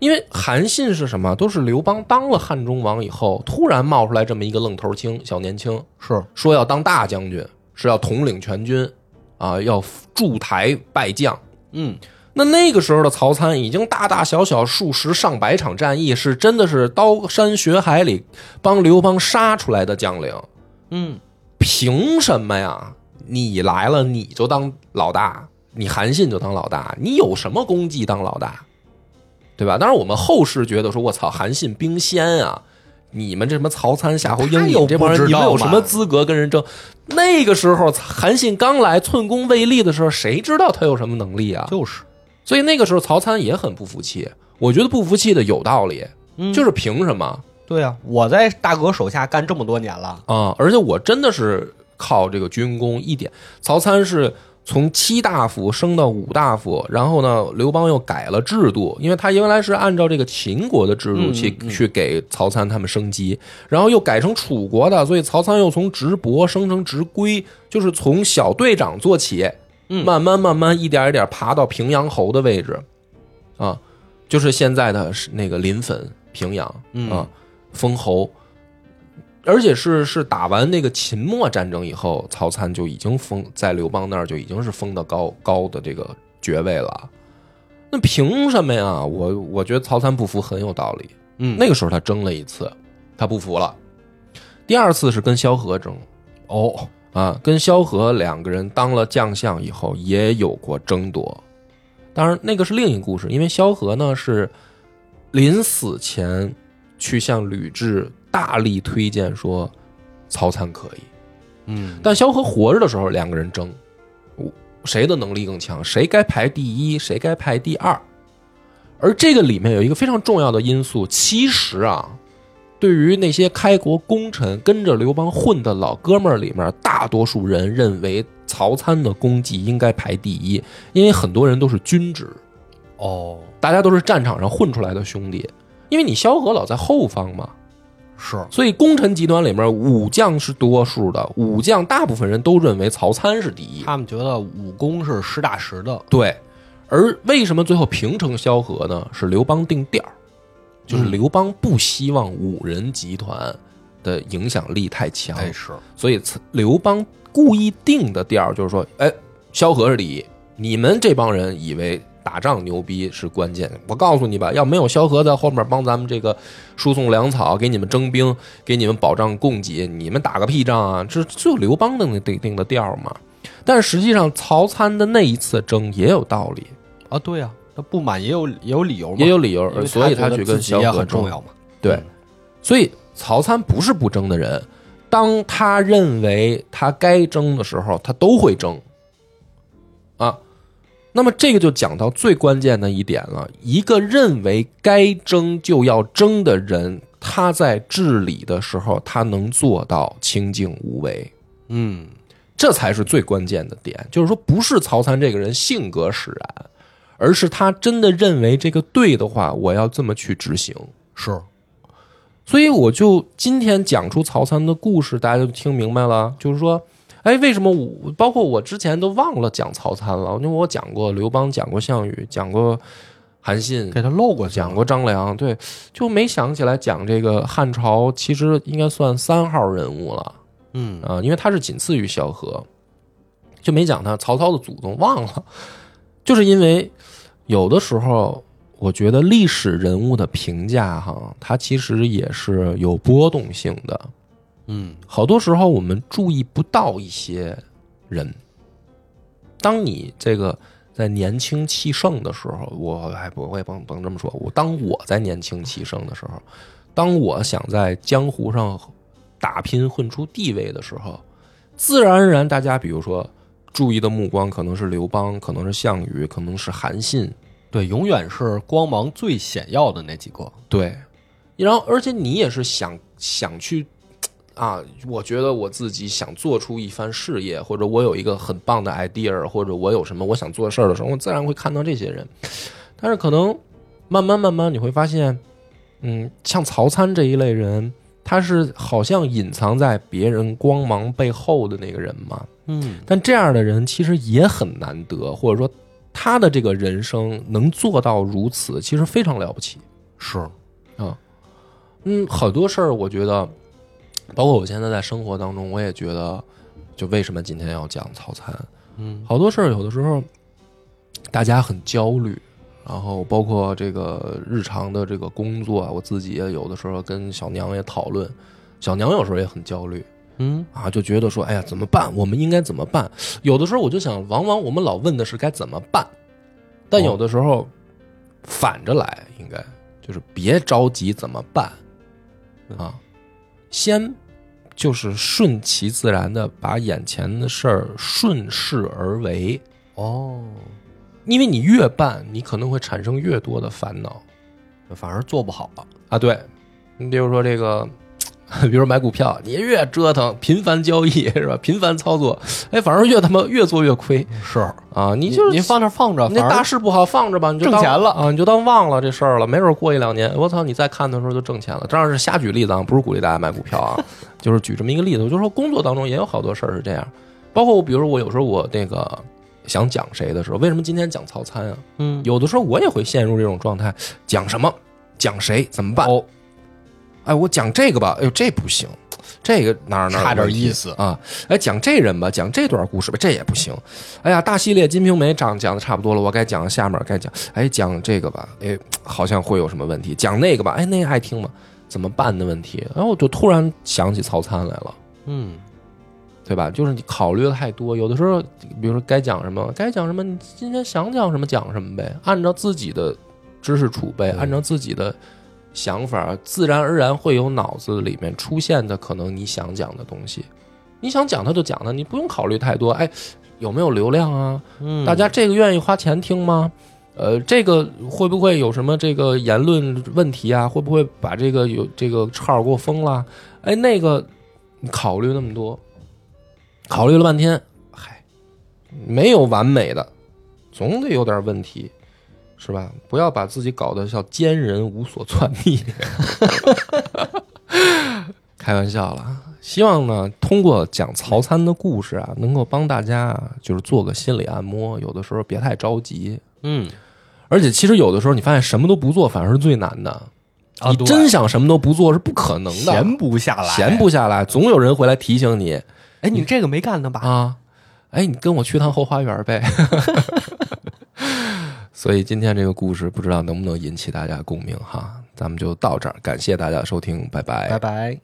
S1: 因为韩信是什么？都是刘邦当了汉中王以后，突然冒出来这么一个愣头青、小年轻，
S3: 是
S1: 说要当大将军，是要统领全军，啊，要筑台拜将。
S2: 嗯，
S1: 那那个时候的曹参已经大大小小数十上百场战役，是真的是刀山血海里帮刘邦杀出来的将领。
S2: 嗯，
S1: 凭什么呀？你来了你就当老大，你韩信就当老大，你有什么功绩当老大？对吧？当然，我们后世觉得说，我操，韩信兵仙啊！你们这什么曹参、夏侯婴，
S3: 他
S1: 你
S3: 又
S1: 们这帮人，
S3: 不
S1: 你
S3: 知道
S1: 们有什么
S3: 嘛
S1: 资格跟人争？那个时候，韩信刚来，寸功未立的时候，谁知道他有什么能力啊？
S3: 就是
S1: 所以那个时候曹参也很不服气。我觉得不服气的有道理，
S3: 嗯
S1: 就是凭什么
S3: 对呀，我在大哥手下干这么多年了，
S1: 啊、而且我真的是靠这个军功一点。曹参是从七大夫升到五大夫，然后呢，刘邦又改了制度，因为他原来是按照这个秦国的制度去、去给曹参他们升级，然后又改成楚国的，所以曹参又从直伯升成直归，就是从小队长做起，慢慢慢慢一点一点爬到平阳侯的位置，啊，就是现在的是那个临汾平阳
S2: 嗯
S3: 嗯
S1: 啊，封侯，而且是是打完那个秦末战争以后，曹参就已经封在刘邦那儿就已经是封到高高的这个爵位了。那凭什么呀？我我觉得曹参不服很有道理。
S2: 嗯
S1: 那个时候他争了一次，他不服了。第二次是跟萧何争，
S3: 哦，
S1: 啊，跟萧何两个人当了将相以后，也有过争夺。当然，那个是另一故事，因为萧何呢是临死前去向吕雉大力推荐说曹参可以，
S2: 嗯
S1: 但萧何活着的时候，两个人争，我谁的能力更强，谁该排第一，谁该排第二。而这个里面有一个非常重要的因素，其实啊，对于那些开国功臣跟着刘邦混的老哥们儿里面，大多数人认为曹参的功绩应该排第一，因为很多人都是军职，
S2: 哦，
S1: 大家都是战场上混出来的兄弟。因为你萧何老在后方嘛，
S2: 是
S1: 所以功臣集团里面武将是多数的，武将大部分人都认为曹参是第一。
S2: 他们觉得武功是实打实的，
S1: 对，而为什么最后平成萧何呢？是刘邦定调儿，就是刘邦不希望武人集团的影响力太强，
S3: 啊
S2: 哎是，
S1: 所以此刘邦故意定的调儿就是说，哎，萧何是第一，你们这帮人以为打仗牛逼是关键。我告诉你吧，要没有萧何在后面帮咱们这个输送粮草，给你们征兵，给你们保障供给，你们打个屁仗啊！这就刘邦的那定定的调儿嘛。但实际上，曹参的那一次争也有道理，
S3: 啊，对呀，他不满也有也有理由嘛，
S1: 也有理由
S3: 因为，他
S1: 所以
S3: 觉得
S1: 去
S3: 自
S1: 跟
S3: 己
S1: 萧
S3: 也
S1: 何
S3: 很
S1: 争
S3: 重。要嘛，
S1: 对
S3: 嗯，
S1: 所以曹参不是不争的人，当他认为他该争的时候，他都会争。啊，那么这个就讲到最关键的一点了：一个认为该争就要争的人，他在治理的时候，他能做到清静无为。
S2: 嗯
S1: 这才是最关键的点，就是说，不是曹参这个人性格使然，而是他真的认为这个对的话，我要这么去执行。
S2: 是，
S1: 所以我就今天讲出曹参的故事，大家就听明白了。就是说，哎，为什么我包括我之前都忘了讲曹参了？因为我讲过刘邦，讲过项羽，讲过韩信，
S2: 给他漏过去了
S1: 讲，过张良，对，就没想起来讲这个汉朝其实应该算三号人物了。
S2: 嗯
S1: 啊，因为他是仅次于萧何，就没讲他曹操的祖宗忘了，就是因为有的时候我觉得历史人物的评价哈，它其实也是有波动性的。
S2: 嗯，
S1: 好多时候我们注意不到一些人。当你这个在年轻气盛的时候，我还不我也甭甭这么说，我当我在年轻气盛的时候，当我想在江湖上打拼混出地位的时候，自然而然，大家比如说注意的目光可能是刘邦，可能是项羽，可能是韩信，
S3: 对，永远是光芒最显耀的那几个。
S1: 对，然后而且你也是想想去啊，我觉得我自己想做出一番事业，或者我有一个很棒的 idea，或者我有什么我想做的事儿的时候，我自然会看到这些人。但是可能慢慢慢慢你会发现，嗯，像曹参这一类人，他是好像隐藏在别人光芒背后的那个人嘛。
S2: 嗯，
S1: 但这样的人其实也很难得，或者说他的这个人生能做到如此，其实非常了不起。
S2: 是，
S1: 嗯，很多事儿我觉得，包括我现在在生活当中，我也觉得，就为什么今天要讲早餐？
S2: 嗯，
S1: 好多事儿有的时候大家很焦虑，然后包括这个日常的这个工作啊，我自己也有的时候跟小娘也讨论，小娘有时候也很焦虑，
S2: 嗯，
S1: 啊，就觉得说，哎呀，怎么办？我们应该怎么办？有的时候我就想，往往我们老问的是该怎么办，但有的时候反着来，应该就是别着急怎么办啊，先就是顺其自然的把眼前的事儿顺势而为，
S2: 哦，
S1: 因为你越办，你可能会产生越多的烦恼
S2: 反而做不好了。
S1: 啊。对，你比如说这个。 比如买股票，你越折腾，频繁交易是吧？频繁操作，哎，反而越他妈越做越亏。
S2: 是，
S1: 啊，你就是
S2: 您放那儿放着，
S1: 你那
S2: 反而
S1: 大事不好放着吧，你就当
S2: 挣钱了
S1: 啊，你就当忘了这事儿了，没准过一两年，我操，你再看的时候就挣钱了。当然是瞎举例子啊，不是鼓励大家买股票啊， 就是举这么一个例子。我就说工作当中也有好多事儿是这样，包括我比如说我有时候我那个想讲谁的时候，为什么今天讲曹参啊？
S2: 嗯，
S1: 有的时候我也会陷入这种状态，讲什么，讲谁，怎么办？
S2: 哦
S1: 哎，我讲这个吧，哎呦，这不行，这个哪儿哪儿有
S3: 差点
S1: 问题
S3: 意思
S1: 啊！哎，讲这人吧，讲这段故事吧，这也不行。哎呀，大系列《金瓶梅》讲讲的差不多了，我该讲下面该讲，哎，讲这个吧，哎，好像会有什么问题；讲那个吧，哎，那个爱听吗？怎么办的问题？然后我就突然想起曹参来了。
S2: 嗯，
S1: 对吧？就是你考虑的太多，有的时候，比如说该讲什么，该讲什么，你今天想讲什么讲什么呗，按照自己的知识储备，按照自己的想法，自然而然会有脑子里面出现的可能你想讲的东西。你想讲它就讲它，你不用考虑太多。哎，有没有流量啊？
S2: 嗯
S1: 大家这个愿意花钱听吗？呃，这个会不会有什么这个言论问题啊？会不会把这个有这个号给我封了？哎，那个你考虑那么多，考虑了半天，嗨，没有完美的，总得有点问题，是吧？不要把自己搞得像奸人无所钻 逆。开玩笑了，希望呢，通过讲曹参的故事啊，能够帮大家啊就是做个心理按摩。有的时候别太着急，
S2: 嗯，
S1: 而且其实有的时候你发现什么都不做反而是最难的。
S2: 啊
S1: 你
S2: 对
S1: 真想什么都不做是不可能的，啊
S3: 闲不下来，
S1: 闲不下来，总有人回来提醒你
S2: 哎，你这个没干呢吧？
S1: 啊，哎，你跟我去趟后花园呗。 所以今天这个故事不知道能不能引起大家共鸣哈，咱们就到这儿，感谢大家的收听，拜拜
S3: 拜拜。